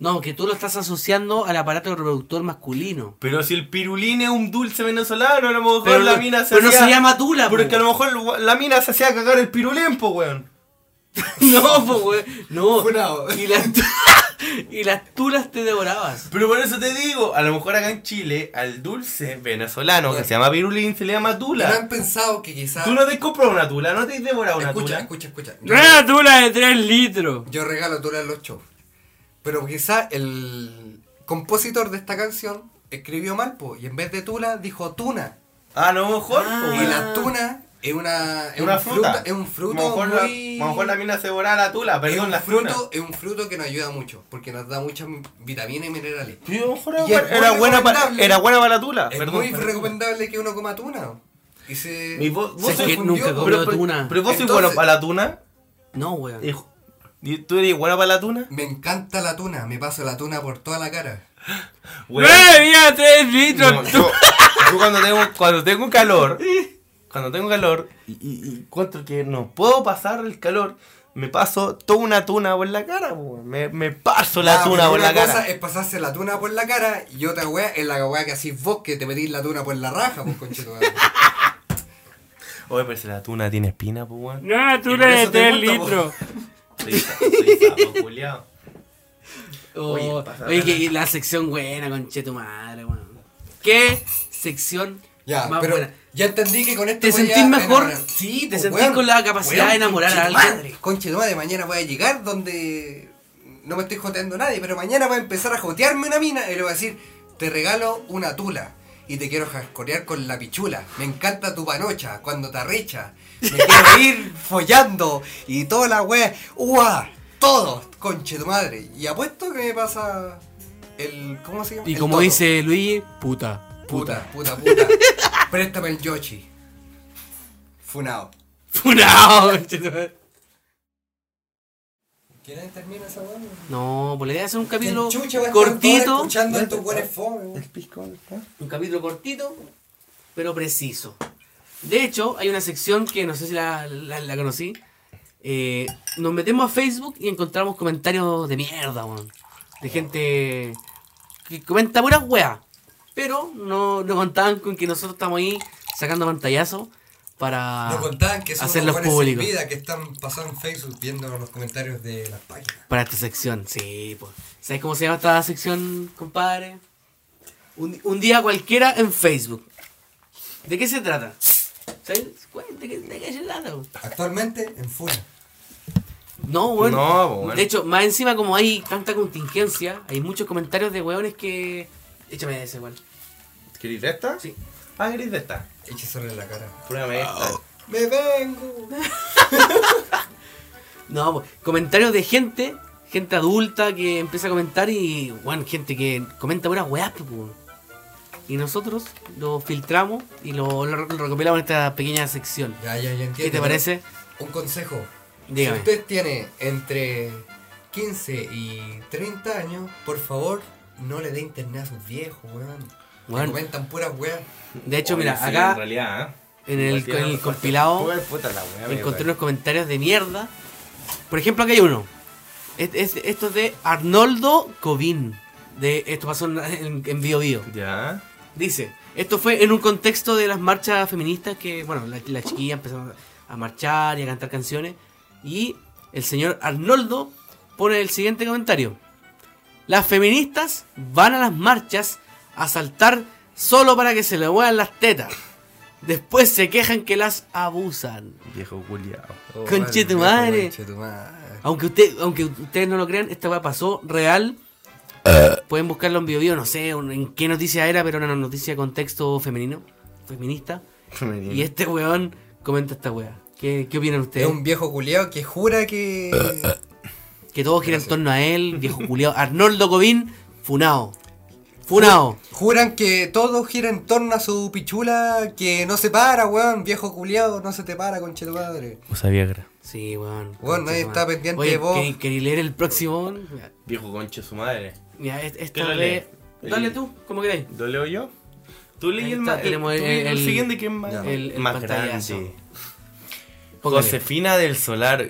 No, que tú lo estás asociando al aparato reproductor masculino.
Pero si el pirulín es un dulce venezolano, a lo mejor
Pero
la
no-
mina se
pero no
hacía-
se llama tula,
Pero
po.
es que a lo mejor la- la mina se hacía cagar el pirulín, po, weón.
no, po, weón, no.
Funado.
Y las, tu- y las tulas te devorabas.
Pero por eso te digo, a lo mejor acá en Chile al dulce venezolano que se llama pirulín se le llama
¿No
tula.
han pensado que quizás.
Tú no te has comprado una tula, no te has devorado una
Escucha,
tula.
escucha, escucha.
No era tula de 3 litros.
Yo regalo tula en los shows. Pero quizás el compositor de esta canción escribió mal, po, y en vez de tula dijo tuna.
Ah, a lo mejor, po,
Y
weón.
la tuna es una, es
Es una
un
fruta.
Es un fruto.
A lo mejor,
muy-
la, a lo mejor la mina se borra la tula,
es
perdón,
un
la
fruto, es un fruto que nos ayuda mucho, porque nos da muchas vitaminas y minerales.
Sí, a lo mejor
Y es
era,
muy
era buena para,
recomendable.
era buena para la tula,
Es
Ah, perdón.
muy
perdón.
recomendable que uno coma tuna. Y se,
Mi vo- vos
se
sois-
que
confundió,
nunca
po.
comí
Pero, pero-
tuna.
pero vos sois
Entonces-
bueno para la tuna.
No, weón.
y- y ¿Tú eres buena para la tuna?
Me encanta la tuna, me paso la tuna por toda la cara.
Weón.
mira, 3 litros.
No, yo, yo cuando tengo cuando tengo calor cuando tengo calor y, y- y encuentro que no puedo pasar el calor, me paso toda una tuna por la cara, po. me, me paso la
Ah,
tuna
pero
por
una
la
cosa
cara.
es pasarse la tuna por la cara y otra weá es la weá que hacís vos que te metís la tuna por la raja, pues conchetumadre.
Oye, pero si la tuna tiene espina, pues weón.
No, tú
por
le
eso te
des
gusta, po.
litro.
Soy sapo, soy sapo, culiao.
Oh,
Oye,
oye,
pasa
que la sección buena, conche tu madre, weón. ¿Qué sección
Ya,
más
pero
buena?
ya entendí que con este
¿Te
voy a
sentís mejor?
enamorar.
Sí, te
Pues,
sentís con la capacidad de enamorar a
conchetumadre,
alguien.
Conchetumadre, mañana voy a llegar donde no me estoy joteando a nadie, pero mañana voy a empezar a jotearme una mina y le voy a decir, te regalo una tula. Y te quiero jascorear con la pichula. Me encanta tu panocha cuando te arrecha. Me quiero ir follando. Y toda la wea. ¡Uah! Todos, conche tu madre. Y apuesto que me pasa el. ¿Cómo se llama?
Y
El
como
toto.
dice Luigi, puta,
Puta,
puta.
puta, puta. Préstame el Yoshi. Funao.
Funao, conche tu madre.
¿Quién termina esa weá?
No, pues la idea es hacer un
¿Quién
capítulo
chucha va a estar toda hora
cortito.
escuchando estos weones fome, weón?
Un capítulo cortito, pero preciso. De hecho, hay una sección que no sé si la, la- la conocí. Eh, nos metemos a Facebook y encontramos comentarios de mierda, weón. De gente que comenta puras weas. Pero no, no contaban con que nosotros estamos ahí sacando pantallazos para
Nos contaban que son
Ah, hacerlos
unos weones sin
públicos.
vida que están pasando en Facebook viendo los comentarios de las páginas.
Para esta sección, sí, pues. ¿Sabes cómo se llama esta sección, compadre? Un, un día cualquiera en Facebook. ¿De qué se trata? ¿Sabes? Güey, ¿De qué, de qué se trata? güey?
Actualmente en Funa.
No, bueno.
No, güey.
De hecho, más encima, como hay tanta contingencia, hay muchos comentarios de weones que. Échame ese, weón.
¿Querís de esta?
Sí.
Ah, querís de esta.
Écheselo en la cara.
Pruébame esta.
¡Me vengo!
No, pues, comentarios de gente, gente adulta que empieza a comentar y, bueno, gente que comenta puras weas, pues, weón. Y nosotros lo filtramos y lo, lo- lo recopilamos en esta pequeña sección.
Ya, ya, ya entiendo.
¿Qué te parece?
Un consejo.
Dígame.
Si usted tiene entre 15 y 30 años, por favor, no le dé internet a sus viejos, weón. Que
Weón.
Comentan puras weas.
De hecho,
Oye,
mira,
sí, En
acá
realidad, ¿eh?
en el-
Igual tiene
en el
razón.
compilado
Joder, puta la wea, me
encontré
dio
unos comentarios de mierda. Por ejemplo, acá hay uno. Es- es- esto es de Arnoldo Covín. De, esto pasó en, en, en Bio Bio.
rabia. Ya.
Dice, esto fue en un contexto de las marchas feministas que, bueno, la, la chiquilla empezaron a marchar y a cantar canciones. Y el señor Arnoldo pone el siguiente comentario. Las feministas van a las marchas a saltar solo para que se le muevan las tetas. Después se quejan que las abusan.
Viejo culiao.
Oh,
Conche tu
viejo,
madre.
conche tu madre.
Aunque, usted, aunque ustedes no lo crean, esta weá pasó real. Pueden buscarlo en video, no sé un- en qué noticia era, pero era una noticia de contexto femenino, feminista. Y este weón comenta esta weá. ¿Qué, qué opinan
Es
ustedes?
un viejo culiao que jura que.
Que todo gira en torno a él, viejo culiao. Arnoldo Covín, funao. Funao.
Juran que todo gira en torno a su pichula, que no se para, weón. Viejo culiao, no se te para, conche tu madre.
Usa Viagra.
Sí, weón.
Weón, nadie está pendiente
Oye,
de vos.
¿querí- ¿Querí leer el próximo? weón? Mira,
Viejo conche su madre.
Mira, es-
¿Qué
esta
lo
vez.
lee?
Dale
El-
tú, como queráis.
¿Lo leo yo? Tú leí
Ahí
el,
está,
ma- el,
tenemos
tú
el-
leí el
el-
siguiente que es más,
ya. el- el
más
pantallazo.
grande.
Póngale.
Josefina del Solar.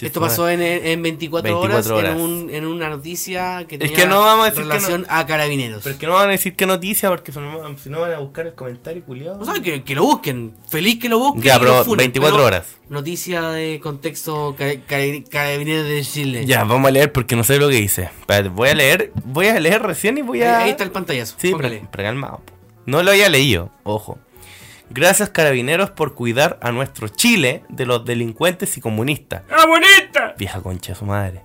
Esto pasó en, en 24,
24 horas.
horas, En, un- en una noticia que
Es
tenía
que no vamos a decir que no-
relación a carabineros.
Pero es que no van a decir qué noticia porque si no, si no van a buscar el comentario culiado.
O sea, que, que lo busquen. Feliz que lo busquen.
Ya,
y lo
pero
funen,
24
pero
horas.
Noticia de contexto cara- cara- carabineros de Chile.
Ya, vamos a leer porque no sé lo que dice. Espérate, voy a leer, voy a leer recién y voy
Ahí,
a.
ahí está el pantallazo.
Sí,
Póngale.
pero, pero calmado, po. No lo había leído, ojo. Gracias carabineros por cuidar a nuestro Chile de los delincuentes y comunistas.
¡Ah, bonita!
Vieja concha de su madre.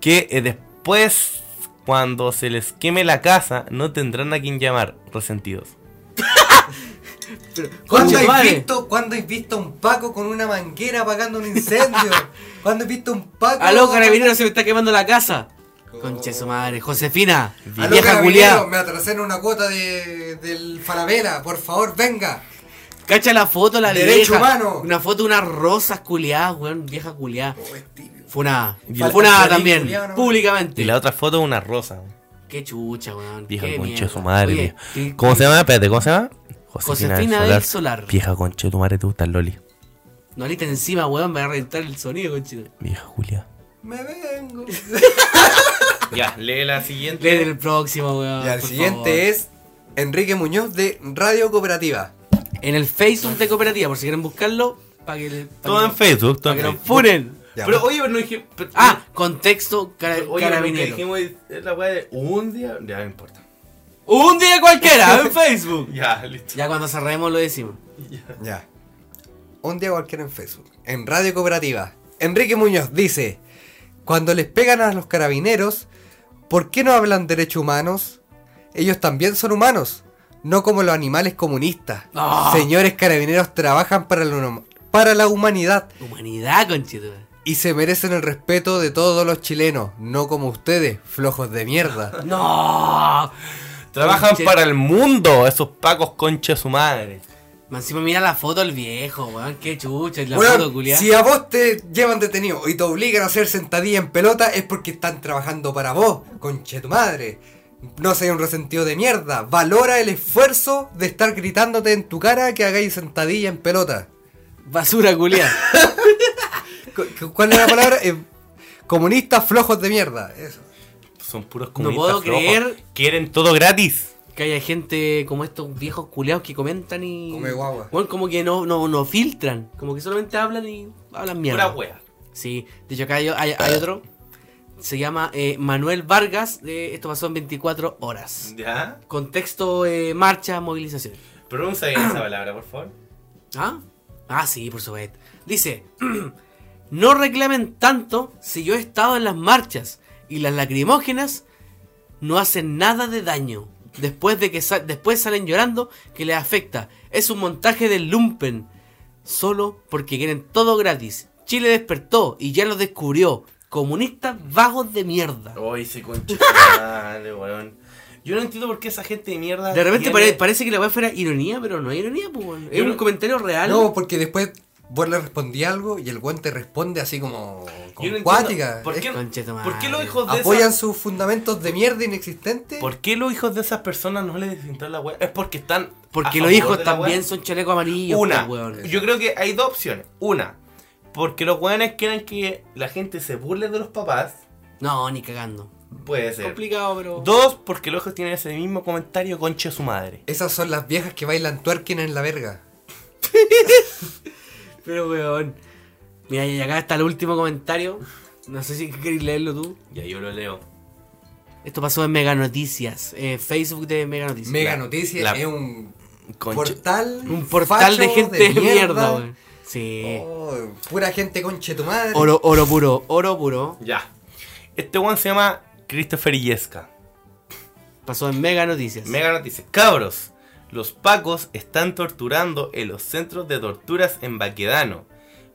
Que eh, después, cuando se les queme la casa, no tendrán a quien llamar resentidos.
¿Cuándo
Conche tu
has,
madre.
visto, ¿Cuándo has visto a un Paco con una manguera apagando un incendio? ¿Cuándo has visto a un Paco?
Aló, carabineros, se me está quemando la casa. Conche su madre. Josefina, vieja
Aló, carabineros,
culiada.
Me atrasé en una cuota de, del Falabella, por favor, venga.
Cacha la foto, la
Derecho
vieja.
humano.
Una foto de unas rosas culiadas, weón. Vieja culiada.
Oh,
Funada.
Y la-
Funada
Feliz
también.
culiao, no.
Públicamente.
Y la otra foto es una rosa.
Qué chucha, weón.
Vieja
qué
concha de
mierda.
su madre.
Oye,
vieja.
qué-
¿Cómo se llama? Espérate, ¿cómo se llama? Josefina,
Josefina
del,
del
Solar,
Solar.
Vieja concha de tu madre, te gusta el Loli.
No ahorita encima, weón, me va a reventar el sonido, conchito.
Vieja Julia.
Me vengo.
Ya, lee la siguiente.
Lee el próximo, weón.
Y al
Ah, por
siguiente
favor.
es Enrique Muñoz de Radio Cooperativa.
En el Facebook de Cooperativa, por si quieren buscarlo, para que le. pa'
Todo
que-
en Facebook, todo
Para
en
que nos
Facebook.
funen.
Ya,
Pero
pues.
oye, pero no dije. pero-
Ah, contexto cara,
pero, oye, pero nunca
carabinero.
dijimos es la weá de un día. Ya, no importa.
Un día cualquiera en Facebook.
Ya, listo.
Ya cuando cerremos lo decimos.
Ya. Un día cualquiera en Facebook. En Radio Cooperativa. Enrique Muñoz dice: Cuando les pegan a los carabineros, ¿por qué no hablan derechos humanos? Ellos también son humanos, no como los animales comunistas.
Ah.
Señores carabineros trabajan para la, huma- para la humanidad
Humanidad, conchito.
y se merecen el respeto de todos los chilenos, no como ustedes, flojos de mierda.
No.
Trabajan
Conche-
para el mundo esos pacos concha su madre.
Más Encima mira la foto del viejo, weón. Qué chucha, la
Weón,
foto culiada.
si a vos te llevan detenido y te obligan a hacer sentadilla en pelota es porque están trabajando para vos, conche tu madre. No seas un resentido de mierda. Valora el esfuerzo de estar gritándote en tu cara que hagáis sentadilla en pelota.
Basura culiada.
Cu- cu- ¿Cuál es la palabra? Eh, comunistas flojos de mierda. Eso.
Son puros
No
comunistas.
puedo
flojos.
creer-
Quieren todo gratis.
que haya gente como estos viejos culiados que comentan y.
Come guagua.
Weón, como que no, no, no filtran. Como que solamente hablan y hablan mierda.
Pura wea.
Sí, de hecho acá hay, hay- hay otro. Se llama eh, Manuel Vargas. eh, esto pasó en 24 horas.
Ya.
Contexto, eh, marcha, movilización.
Pronuncia bien esa palabra, por favor.
¿Ah? Ah, sí, por supuesto. Dice, no reclamen tanto si yo he estado en las marchas y las lacrimógenas no hacen nada de daño. Después de que sa- después salen llorando que les afecta. Es un montaje del lumpen. Solo porque quieren todo gratis. Chile despertó y ya lo descubrió. Comunistas vagos de mierda.
Ay, ese concha madre, weón. Yo no entiendo por qué esa gente de mierda.
De repente
tiene-
pare- parece que la weá fuera ironía, pero no es ironía, pues, weón. Es
Yo
un
no-
comentario real.
No, porque después vos le respondí algo y el guante responde así como. como
Yo no entiendo
cuática.
¿Por
Es-
qué,
Conche tu
¿por qué los
madre.
hijos de
Apoyan
esas-
sus fundamentos de mierda inexistentes.
¿Por qué los hijos de esas personas no les desinstalan la wea? Es porque están.
Porque
a
los
favor
hijos
de la
también
wea.
son chaleco amarillo.
Una,
pues, weón.
yo creo que hay dos opciones. Una, porque los weones quieren que la gente se burle de los papás.
No, ni cagando.
Puede ser.
Complicado, pero.
Dos, porque los hijos tienen ese mismo comentario concha de su madre.
Esas son las viejas que bailan twerking en la verga.
Pero, weón. Mira, y acá está el último comentario. No sé si queréis leerlo tú.
Ya yo lo leo.
Esto pasó en Mega Noticias. eh, Facebook de Mega Noticias.
Mega
La-
Noticias
la-
es un
Concha.
portal.
Un portal de
facho
gente de mierda, weón. Sí.
Oh, pura gente conche tu madre.
Oro, oro puro, oro puro.
Ya. Este weón se llama Christopher Illesca.
Pasó en Mega Noticias.
Mega noticias. Cabros, los pacos están torturando en los centros de torturas en Baquedano.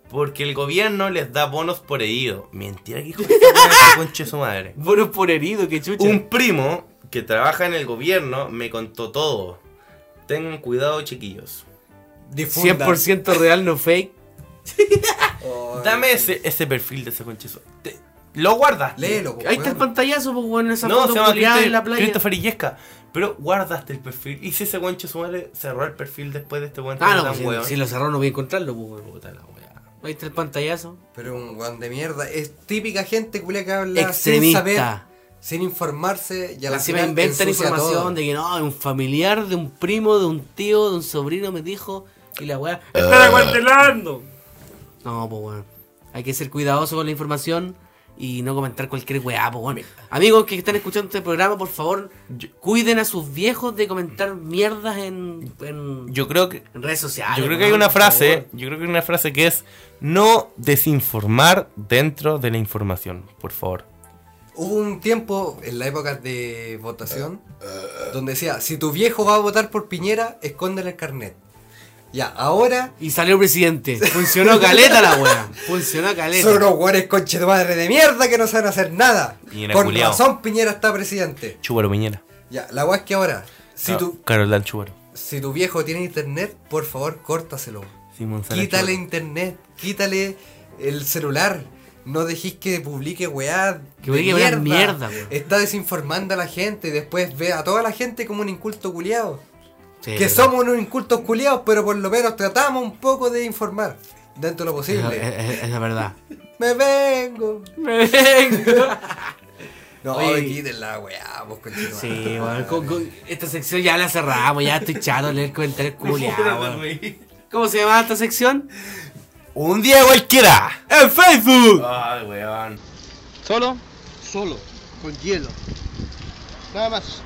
Porque el gobierno les da bonos por herido. Mentira, que hijo de puta, qué conche su madre.
Bono por herido, que chucha.
Un primo que trabaja en el gobierno me contó todo. Tengan cuidado, chiquillos.
Difunda.
100% real, no fake.
Oh,
Dame ese, ese perfil de ese concheso. ¿Lo guardaste?
Léelo, po,
Ahí está el
weón.
pantallazo, pues, weón. Esa
No,
foto
se llama
culiada
Christo-
en la playa.
Christopher Illesca. Pero guardaste el perfil. Y si ese conche su madre cerró el perfil después de este buen
Ah,
tan
no, pues,
hueón.
si, si lo cerró no voy a encontrarlo, pues, weón.
Puta la wea.
Ahí está el pantallazo.
Pero un guan de mierda. Es típica gente culia que habla sin
Extremista.
saber, sin informarse. Y a la
Así me
final
inventan
ensucia
información
todo.
de que no, un familiar, de un primo, de un tío, de un sobrino me dijo. Y la weá.
Eh.
¡Están acuartelando! No, pues weón. Hay que ser cuidadoso con la información y no comentar cualquier weá, pues weón. Amigos que están escuchando este programa, por favor, cuiden a sus viejos de comentar mierdas en, en,
Yo creo que
en redes sociales.
Yo creo
weón,
que hay una
por
frase,
favor.
yo creo que hay una frase que es no desinformar dentro de la información, por favor.
Hubo un tiempo en la época de votación donde decía: si tu viejo va a votar por Piñera, escóndele el carnet. Ya, ahora
Y salió presidente. Funcionó caleta la weá. Funcionó caleta.
Son unos hueones conche de madre de mierda que no saben hacer nada.
Piñera
Con
culiao.
razón Piñera está presidente.
Chubaro Piñera.
Ya, la guay es que ahora, si,
Ca-
tu,
Carol Dan Chubaro.
si tu viejo tiene internet, por favor córtaselo.
Simón Sala
Quítale
Chubaro.
internet, quítale el celular. No dejéis que publique weá.
Que
de
publique weá mierda, weón.
Está desinformando a la gente y después ve a toda la gente como un inculto culiado.
Sí,
que
es verdad.
somos unos incultos culiados, pero por lo menos tratamos un poco de informar dentro de lo
Es,
posible.
es- es la verdad.
Me vengo.
Vengo.
No,
Oye.
aquí de la weá, vos conchetumare.
Sí, weón. con- con- esta sección ya la cerramos, ya estoy chato de leer comentarios culiados. weón. ¿Cómo se llama esta sección?
Un día cualquiera.
¡En Facebook!
Ay, weón.
¿Solo? Solo, con hielo. Nada más.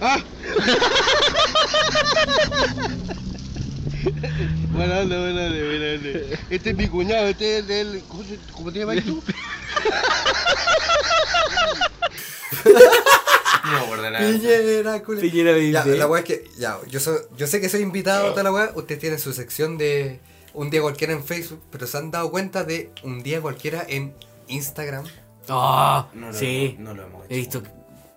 ¡Ah! buena onda, buena onda, buena onda. Este es mi cuñado, este es el del. ¿Cómo, se- cómo te llamas tú?
No me acuerdo nada.
Piñera, culiao.
Piñera
Ya,
dice-
la weá es que. Ya, yo, so- yo sé que soy invitado a toda la weá. Ustedes tienen su sección de un día cualquiera en Facebook, pero se han dado cuenta de un día cualquiera en Instagram.
Oh,
No lo-
sí.
no lo hemos hecho.
He visto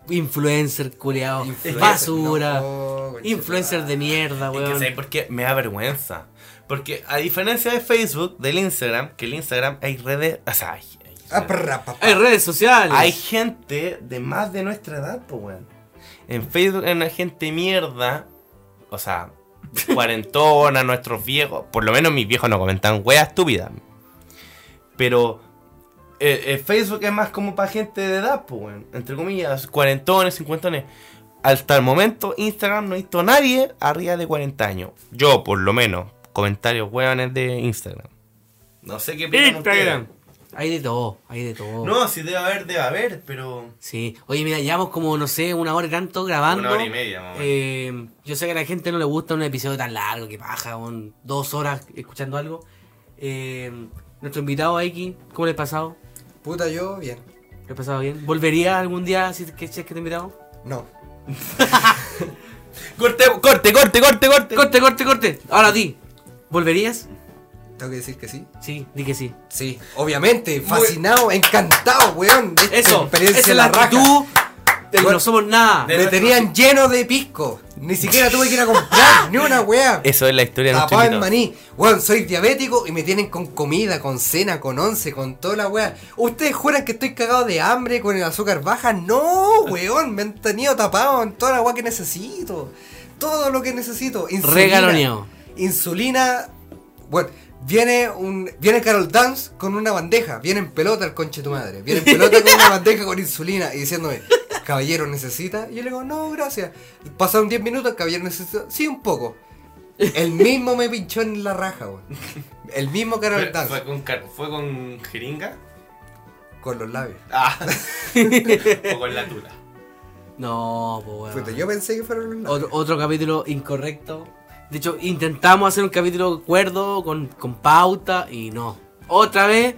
influencer culiado.
Influencer,
basura.
no, conchetumare.
influencer de mierda,
Es que
weón.
¿sabes por qué? Me da vergüenza. Porque a diferencia de Facebook, del Instagram, que el Instagram hay redes. O sea, hay, hay redes.
Ah, perra, papá.
Hay redes sociales.
Hay gente de más de nuestra edad, pues, weón. En Facebook hay una gente mierda. O sea, cuarentona, nuestros viejos. Por lo menos mis viejos no comentan weas estúpidas. Pero eh, eh, Facebook es más como para gente de edad, pues, weón. Entre comillas, cuarentones, cincuentones. Hasta el momento, Instagram no ha visto nadie arriba de 40 años. Yo, por lo menos. Comentarios weones de Instagram. No sé qué piensan
Instagram. Hay de todo, hay de todo.
ustedes. No, si debe haber, debe haber, pero.
Sí. Oye, mira, llevamos como, no sé, una hora y tanto grabando.
Una hora y media, más o menos.
Eh, yo sé que a la gente no le gusta un episodio tan largo, que paja, con dos horas escuchando algo. Eh, nuestro invitado X, ¿cómo le ha pasado?
Puta, yo, bien.
¿Le ha pasado bien? ¿Volvería algún día si que, si es que te invitamos?
No.
Corte, corte, corte, corte, corte.
Corte, corte, corte. Ahora di. ¿Volverías?
Tengo que decir que sí.
Sí, di que sí.
Sí, obviamente, fascinado, encantado, weón. de esta
Eso,
experiencia
esa es la
raja.
actitud de que
Bueno,
no somos nada.
de-
Me tenían lleno de pisco. Ni siquiera tuve que ir a comprar ni una weá.
Eso es la historia de nuestro
Tapado en
invitado.
maní. Weón, soy diabético y me tienen con comida, con cena, con once, con toda la weá. ¿Ustedes juran que estoy cagado de hambre con el azúcar baja? No, weón. Me han tenido tapado en toda la weá que necesito. Todo lo que necesito. Insulina.
Regaloneado.
Insulina. Bueno, viene un. Viene Carol Dance con una bandeja. Viene en pelota el conche de tu madre. Viene en pelota con una bandeja con insulina y diciéndome. Caballero necesita. Y yo le digo, no, gracias. Pasaron 10 minutos, caballero necesita. Sí, un poco. El mismo me pinchó en la raja, weón. El mismo Carol
Pero,
Dance.
¿Fue con, car- fue con jeringa?
Con los labios.
Ah. o con la tula.
No, pues bueno.
Puta, yo pensé que fueron los labios.
Otro, otro capítulo incorrecto. De hecho, intentamos hacer un capítulo cuerdo con, con pauta y no. Otra vez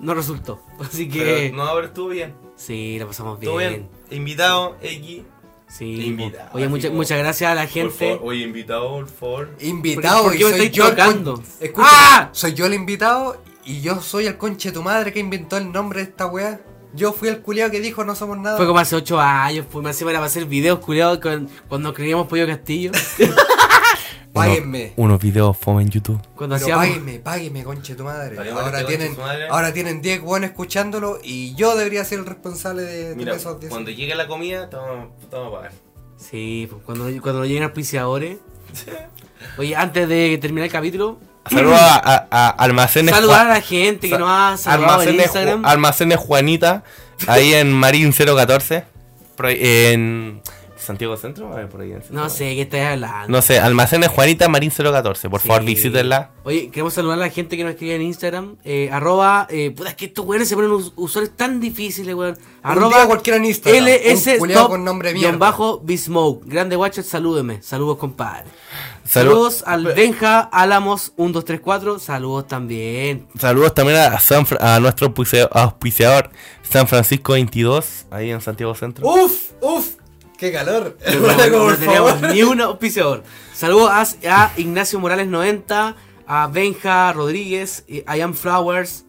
no resultó. Así que
Pero, no, pero estuvo bien.
sí, lo pasamos bien.
Estuvo bien. Invitado, X.
Sí.
Invitado,
Oye, mucha-
tipo,
muchas gracias a la
Por
gente.
favor, Oye, invitado, por favor.
Invitado
¿Por qué me
y soy
estáis
yo el
tocando?
con- Escucha,
¡Ah!
soy yo el invitado y yo soy el conche de tu madre que inventó el nombre de esta weá. Yo fui el culiao que dijo no somos nada.
Fue como hace 8 años, pues me hacía para hacer videos culiados con- cuando creíamos Pollo Castillo.
Páguenme.
unos videos fome en YouTube.
Cuando
Pero
hacíamos.
páguenme, páguenme, conche tu madre.
Páguenme,
Ahora
conche
tienen,
tu madre.
ahora tienen 10 weones escuchándolo y yo debería ser el responsable
Este
de, de
Mira,
esos 10.
cuando llegue la comida, te vamos te vamos a pagar.
Sí, pues, cuando, cuando lleguen auspiciadores. Oye, antes de terminar el capítulo,
Saludos a, a- a Almacenes
saludar a
Juan-
la gente que
Sa-
nos ha saludado en
Almacenes,
Instagram.
Ju- Almacenes Juanita, ahí en Marín 014. por ahí- en Santiago Centro, a ver, por ahí en Santiago.
No sé qué estás hablando.
No sé, Almacenes Juanita Marín 014. Por favor,
Sí.
visítenla.
Oye, queremos saludar a la gente que nos escribe en Instagram. eh, arroba. Eh, puta, es que estos weones se ponen us- usuarios tan difíciles, weón.
Un
Arroba.
día cualquiera en Instagram.
LS
un culiao
Stop
con nombre
guión
mierda.
bajo Bismoke. Grande guacho, salúdeme. Saludos, compadre.
Salud-
Saludos al Benja Álamos 1234. Saludos también.
Saludos también a, San Fra- a nuestro auspicia- auspiciador San Francisco 22, ahí en Santiago Centro.
Uf, uf, qué calor.
No,
Bueno,
no
por
tenemos
favor.
ni un auspiciador. Saludos a, a Ignacio Morales 90, a Benja Rodríguez, eh, I Am Flowers,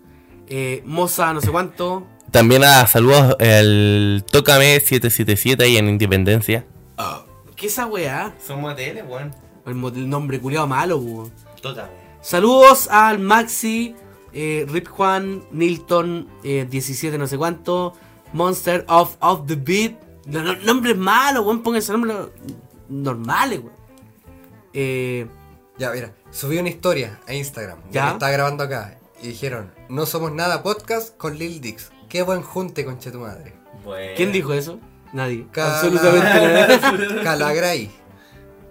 eh, Moza no sé cuánto.
También a saludos el Tócame 777 ahí en Independencia.
¿Qué esa weá?
Somos ATL, weón. Tota.
El, mo- el nombre culiado malo, weón.
Tócame.
Saludos al Maxi, eh, Rip Juan, Nilton, eh, 17 no sé cuánto, Monster of, of the Beat. No, no, nombre malo, weón, pongan ese nombre. normales, weón. Eh,
Ya, mira, subí una historia a Instagram.
Ya.
Ya. Estaba grabando acá. Y dijeron, no somos nada podcast con Lil Dix. Qué buen junte, conche tu madre.
Bueno.
¿Quién dijo eso? Nadie.
Eh. Cala-
Absolutamente nadie.
Calagray.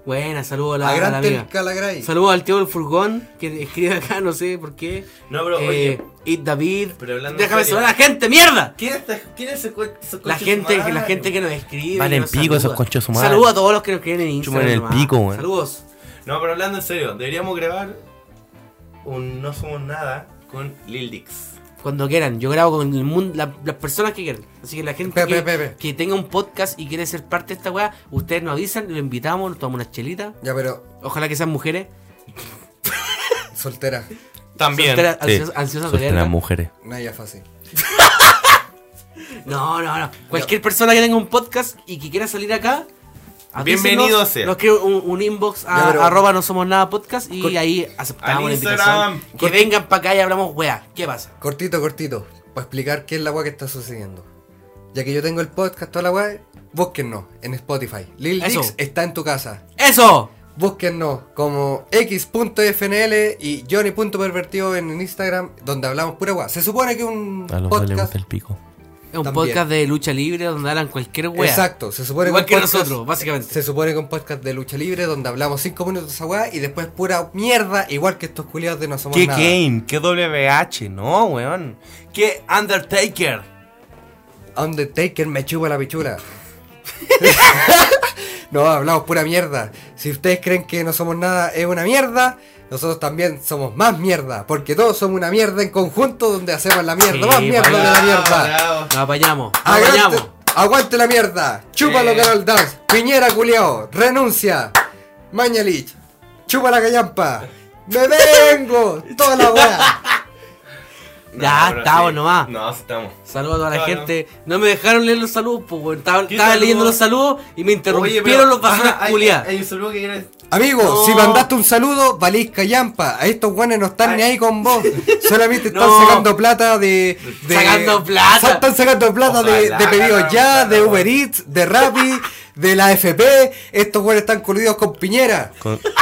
Buena, saludo a la, a la
Agrante
amiga.
el Calagray.
Saludos al tío del furgón que escribe acá, no sé por qué.
No, pero
Eh,
oye.
It David.
Pero hablando en
Déjame
serio.
sonar a la gente, mierda.
¿Quién es, quién es ese co- esos
La
coches
gente,
humanos?
la gente que nos escribe.
Valen
que nos
pico
saluda.
esos conchos su madre.
Saludos a todos los que nos quieren en Instagram.
Chupen el
nomás.
pico, weón.
Saludos.
No, pero hablando en serio, deberíamos grabar un No Somos Nada con Lil Dix.
Cuando quieran, yo grabo con el mundo, la- las personas que quieran. Así que la gente
Pe,
que,
pe, pe, pe.
que tenga un podcast y quiere ser parte de esta weá, ustedes nos avisan, lo invitamos, nos tomamos unas chelitas.
Ya, pero
Ojalá que sean mujeres.
soltera.
También.
Solteras, ansiosas- ansiosas de verla.
mujeres.
Naya fácil.
No, no, no. Cualquier persona que tenga un podcast y que quiera salir acá. avísenos,
Bienvenido sea.
Nos creo un, un inbox a
Ya, pero-
arroba no somos nada podcast y
Cor-
ahí aceptamos
Al
la
Instagram.
invitación. Que vengan para acá y hablamos, weá. ¿Qué pasa?
Cortito, cortito. Para explicar qué es la weá que está sucediendo. Ya que yo tengo el podcast, toda la weá, búsquennos en Spotify. Lil
Eso.
Dix está en tu casa.
¡Eso!
Búsquennos como x.fnl y johnny.pervertido en Instagram, donde hablamos pura weá. Se supone que un podcast.
pico.
Es un
También.
podcast de lucha libre donde hablan cualquier weá.
Exacto, se supone
Igual
un
que
podcast-
nosotros, básicamente.
Se supone que un podcast de lucha libre donde hablamos 5 minutos de esa weá y después pura mierda, igual que estos culiados de no somos
¿Qué
Pues nada.
Kane? ¿Qué WH? No, weón. ¿Qué Undertaker?
Undertaker me chupa la pichula. no, hablamos pura mierda. Si ustedes creen que no somos nada, es una mierda. Nosotros también somos más mierda, porque todos somos una mierda en conjunto donde hacemos la mierda,
Sí,
más mierda de la
bravo,
mierda.
Ah, Bravo.
Nos apañamos, nos
Aguante,
apañamos.
aguante la mierda. Chúpalo,
Sí.
Carol Dance. Piñera culiao. Renuncia. Mañalich. Chupa la callampa. Me vengo. Toda la weá.
Ya,
pero
estamos nomás.
No, Ah, sí estamos.
Saludos a toda la
Claro.
gente. No me dejaron leer los saludos, pues, weón. Estaba,
¿Qué
estaba
saludo?
leyendo los saludos y me interrumpieron los basuras
ajá, hay-
culiadas.
Hay un saludo que quieres.
Amigo,
No.
si mandaste un saludo, valís callampa. A estos guanes no están
Ay.
ni ahí con vos. Solamente están
No.
sacando plata de. de-
Sacando plata.
Sa- Están sacando plata de,
Ojalá
de pedidos
ganaran
ya,
plata,
de
weón.
Uber Eats, de Rappi, de la FP. Estos guanes están coludidos con Piñera.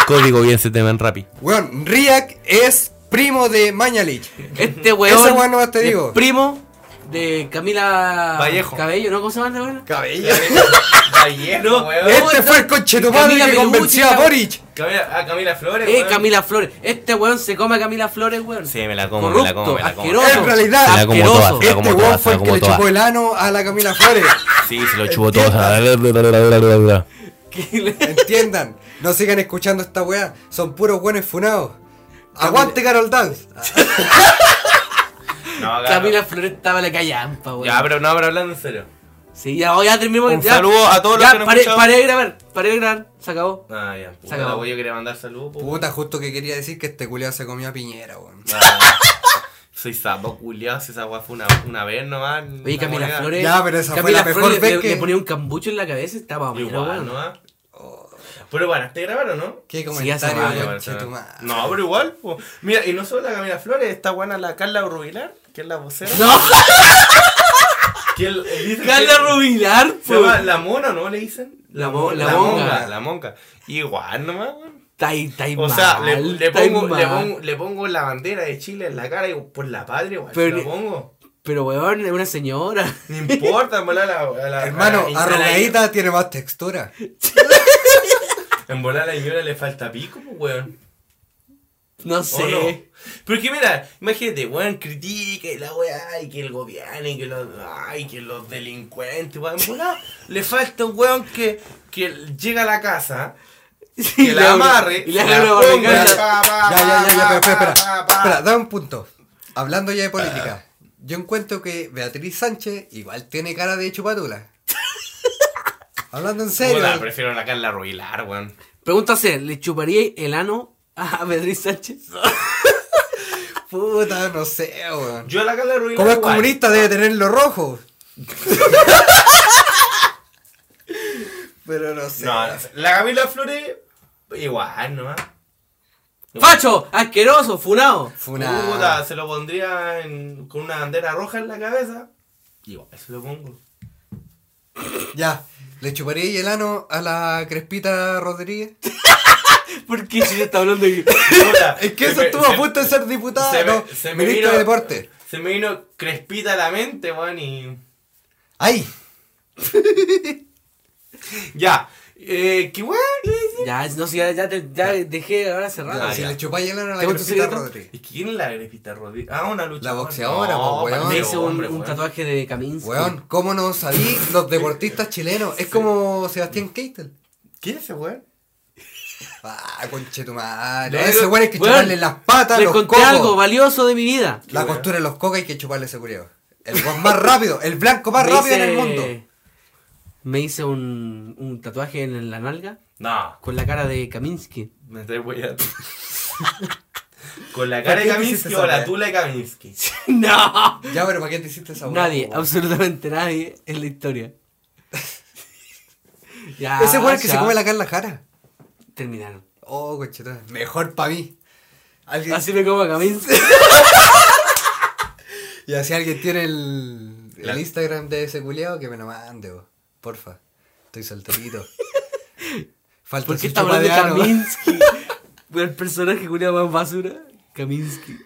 código bien se te ven rápido.
Weón, Riak es primo de Mañalich.
Este weón.
Ese weón nomás te
es
digo.
Primo de Camila
Vallejo.
Cabello, ¿no? ¿Cómo se llama esta weón?
Cabello.
Caballero,
No,
weón.
eh.
Este fue el coche tu madre
Camila
que
Bellucci,
convenció a
cab-
Boric.
Camila, ah, Camila Flores.
Eh,
weón.
Camila Flores. Este weón se come a Camila Flores, weón.
Sí, me la como,
Corrupto,
me la como, me la como.
asqueroso,
En realidad,
asqueroso.
me la
como todas, me la
Este
como
weón
todas,
fue
se la
el que
como
le
todas.
chupó el ano a la Camila Flores.
Sí, se lo chupo todo.
Que le-
Entiendan, no sigan escuchando esta weá. Son puros buenos funados. Aguante Carol Dance. Ah,
No, claro.
Camila Flores estaba la callampa, weón.
Ya, pero no, pero hablando en serio.
Sí, ya, oh, ya terminamos.
Un
ya.
saludo a todos los
Ya,
que nos
paré,
escucharon.
paré de grabar, paré de grabar. Se acabó.
Ah, ya.
Se
Puta,
acabó.
la voy a querer mandar saludos. po.
Puta, justo que quería decir que este culiao se comió a Piñera, weón.
Ah, Soy sapo culiado, si esa weá fue una, una vez nomás.
Oye,
una
Camila
moneda.
Flores.
Ya, pero esa fue
Camila
la mejor
Flores le-
vez
le,
que-
le ponía un cambucho en la cabeza y estaba mira,
Igual,
weón.
¿no? Pero bueno, ¿te grabaron, no?
Qué
Ah,
ya se
comentario,
va, ya
conche tu madre.
No, pero igual. po. Mira, y no solo la Camila Flores, está buena la Carla Rubilar, que es la vocera.
No,
Que el- eh, dice que-
Carla Rubilar,
Se llama
pues.
la mona, ¿no? Le dicen.
La mo- la monga.
monga. La monga. Igual nomás, weón.
Está ahí, está ahí
O sea,
mal,
le, le
está ahí
pongo, le,
mal.
pongo, le pongo la bandera de Chile en la cara y por la patria, weón. Pero... Lo
Pero ni-
pongo.
Pero weón, es una señora.
No importa, en volar la, a la- a la-
Hermano,
a la-
arrugadita tiene más textura.
En volar a la señora le falta pico, pues, weón.
No
¿O no?
sé.
Pero que mira, imagínate, weón, critica y la weá, y que el gobierno, y que los, ay, que los delincuentes, weón, volá, le falta un weón que, que llega a la casa,
Sí,
que
le
la
abre-
amarre,
Y le
la
abre una
ponga,
Ya,
barricada.
pa, pa,
ya, ya, ya,
pa,
espera, espera,
pa,
espera. Ah.
pa.
Espera, da un punto. Hablando ya de política, yo encuentro que Beatriz Sánchez igual tiene cara de chupatula. Hablando en serio.
Puta, prefiero la Carla Rubilar, weón.
Pregúntase, ¿le chuparía el ano a Beatriz Sánchez?
Puta, no sé, weón.
Yo a la Carla Rubilar.
Como es
igual.
comunista debe tenerlo rojo. Pero no sé.
No, no sé. la Camila Flores, igual, nomás.
¡Facho! ¡Asqueroso! ¡Funado!
Funa.
Puta, se lo pondría en- con una bandera roja en la cabeza. Igual, se lo pongo.
Ya. ¿Le chuparé el ano a la Crespita Rodríguez?
¿Por qué si está hablando de
Es que eso estuvo a punto de ser diputada,
se me-
no,
se me
ministro de
vino-
deporte.
Se me vino crespita a la mente, weón, y.
¡Ay!
Ya. Eh, ¿Qué weón?
Ya, no, si ya, ya, te- ya dejé ahora cerrado.
Ah,
si
ya.
le chupáis el ano a la
¿Te gusta
Crespita
ese grito?
Rodríguez.
¿Y quién es la crespita Rodríguez? Ah, una lucha.
La boxeadora, pues, weón.
Me hice un, un tatuaje de Kaminsky.
Weón, ¿cómo no sabí los deportistas chilenos? Es como Sebastián Keitel.
¿Quién es ese weón?
Ah, conchetumadre.
No,
ese
yo-
weón hay que
weón,
chuparle las patas,
Les
los
conté
cocos.
algo valioso de mi vida.
la
weón.
costura de los cocos hay que chuparle ese culiao. El weón más rápido, el blanco más
Me
rápido en
hice-
el mundo.
Me hice un, un tatuaje en la nalga
No,
con la cara de Kaminsky.
me estoy weyando. Con la
¿Por
cara de
qué te hiciste
Kaminsky
esa
o la
weá?
tula de Kaminsky.
¡No!
Ya, pero ¿para qué te hiciste esa weá, Oh.
Nadie,
weón?
absolutamente nadie en la historia. ya,
Ese weón que se
ya.
come la cara en la cara.
Terminaron.
Oh, conchetumadre. Mejor para mí. Alguien-
Así me como a Kaminsky.
Y así alguien tiene el, el
La-
Instagram de ese culiao que me lo mande, weón. Porfa. Estoy solterito. Falta
¿Por
su
qué está
chupa
hablando de
ano.
Kaminsky? El personaje culiado más basura. Kaminsky.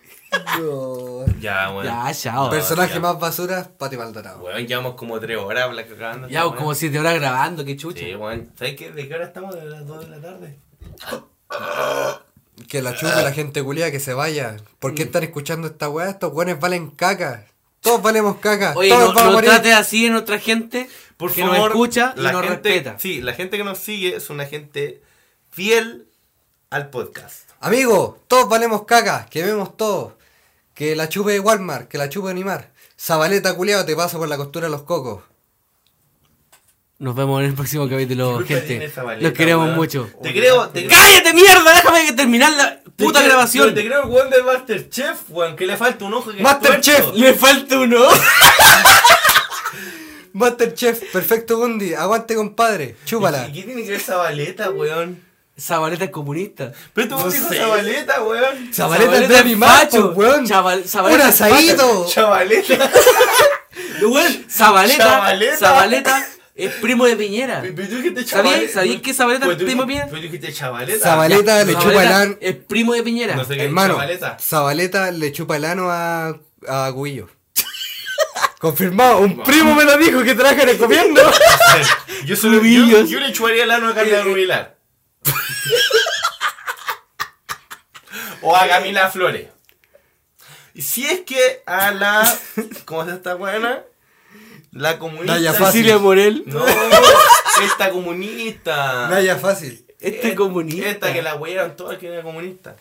No.
Ya, weón.
Ya, chao.
Personaje
ya.
más basura, Pati Maldonado.
Weón, llevamos como tres horas habla- cagando.
Ya, vos como siete horas grabando, qué chucha.
Sí, weón. ¿Sabes qué? ¿De qué hora estamos? De las 2 de la tarde.
Que la
Ah.
chupa la gente culia, que se vaya. ¿Por
Mm.
qué están escuchando esta weá? Estos weones valen caca. Todos valemos caca.
Oye,
Todos
no,
vamos a
no
morir.
trates así a nuestra gente
Por
que
favor,
nos escucha y
la
nos
gente-
respeta.
Sí, la gente que nos sigue es una gente fiel al podcast.
Amigo, todos valemos caca. Quememos todos. Que la chupe de Walmart, que la chupe Animar. Zabaleta culiao te paso por la costura de los cocos.
Nos vemos en el próximo capítulo,
Disculpa, tiene
Oh, gente.
esa maleta,
Los queremos
weón.
mucho.
Te creo, te creo.
¡Cállate, mierda! Déjame terminar la
Te
puta
creo-
grabación.
Te creo el weón del Masterchef, weón, que le falta un ojo que es
Masterchef,
tuerto.
Le falta uno.
Masterchef, perfecto Bundy. Aguante, compadre. Chúpala.
¿Y qué tiene que ver esa baleta, weón?
Zabaleta es comunista.
Pero tú
No
dijo
sé.
Zabaleta, weón.
Zabaleta es de Animar,
facho.
pues, weón.
Chaval-
Un
Zabaleta es
asadito.
Chavaleta.
Weón, Zabaleta,
Zabaleta.
Zabaleta. es primo de Piñera.
Pero tú dijiste
¿Sabías-
chavaleta.
sabías que Zabaleta
Pero tú
primo
dijiste-
mía?
Pero tú dijiste chavaleta.
Zabaleta le chupa el
Zabaleta
ano.
Es primo de Piñera.
No sé qué
Hermano,
chavaleta.
Zabaleta le chupa el ano a, a Guillo. Confirmado, un primo me lo dijo que trabaja en el gobierno.
Yo, soy, yo, yo le chuparía el ano a
Eh,
Carla Rubilar. o a Camila Flores. Y si es que a la. ¿Cómo se esta buena? La comunista.
Naya Fácil.
Cecilia Morel.
No, esta comunista.
Naya fácil.
Este
Et-
comunista.
Esta que la huellaron todas que era comunista.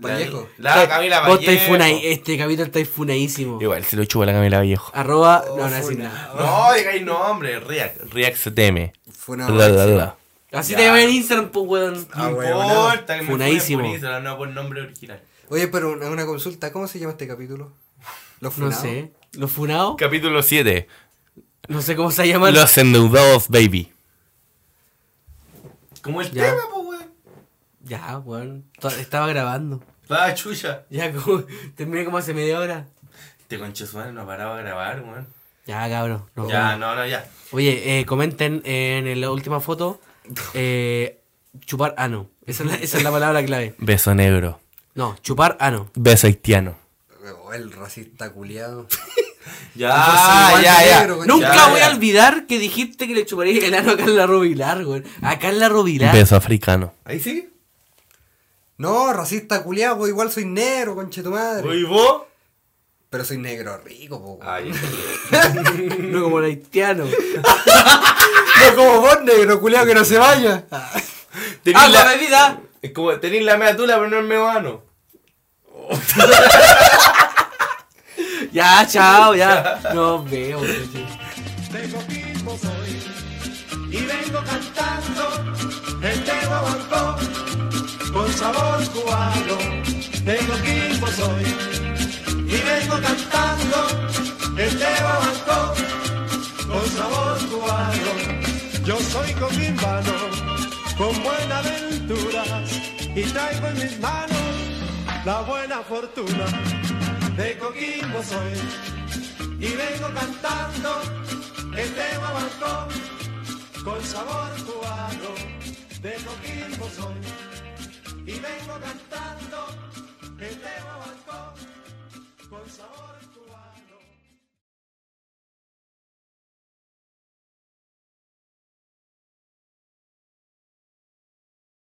La-
Vallejo.
La, Camila
Vos estáis
Vallejo.
funai- este capítulo estáis funadísimo.
Igual se lo chupa la Camila Vallejo.
Arroba,
Oh,
no, no decir nada.
No, digáis nombre, React. React se teme.
Ah,
Fue una
La, la, la.
Así
Ya.
te llaman en Instagram, pues, weón.
Ah,
No
weón,
importa, que me
Funadísimo.
funen por Instagram, no por nombre original.
Oye, pero una, una consulta, ¿cómo se llama este capítulo? Los
No
funados.
sé. ¿Los funados?
Capítulo 7.
No sé cómo se llaman.
endeudados, baby. Como el
Ya.
tema, pues, weón.
Ya, weón. To- Estaba grabando.
La Ah, chucha.
Ya, como. Terminé como hace media hora.
Este conche su madre no ha parado de grabar, weón.
Ya, cabrón. nos
Ya,
vemos.
no, no, ya.
Oye, eh, comenten en la última foto. Eh, chupar ano. Esa es, la, esa es la palabra clave.
Beso negro.
No, chupar ano.
Beso haitiano.
Oh, el racista culiado. Yo soy
Ya,
igual
ya,
de
ya.
negro, conche-
Nunca
Ya,
voy
ya.
a olvidar que dijiste que le chuparía el ano a Carla Rubilar, weón. A Carla Rubilar.
africano. Ahí sí.
No, racista culiado, pues, igual soy negro, conche tu madre.
¿Y vos?
Pero soy negro rico, po. weón.
Ay,
No como el haitiano.
No como vos, negro culiado, que no se vaya.
tenés
¡Agua,
Ah, la,
bebida!
es como tenés la mea tula, pero no el meo ano.
Ya, chao, ya. Nos vemos. gente.
De Coquimbo soy y vengo cantando el tema guaguancó con sabor cubano. De Coquimbo soy y vengo cantando el tema guaguancó con sabor cubano. Yo soy coquimbano con buenas aventuras y traigo en mis manos la buena fortuna. De Coquimbo soy y vengo cantando el tema balcón con sabor cubano, de Coquimbo soy y vengo cantando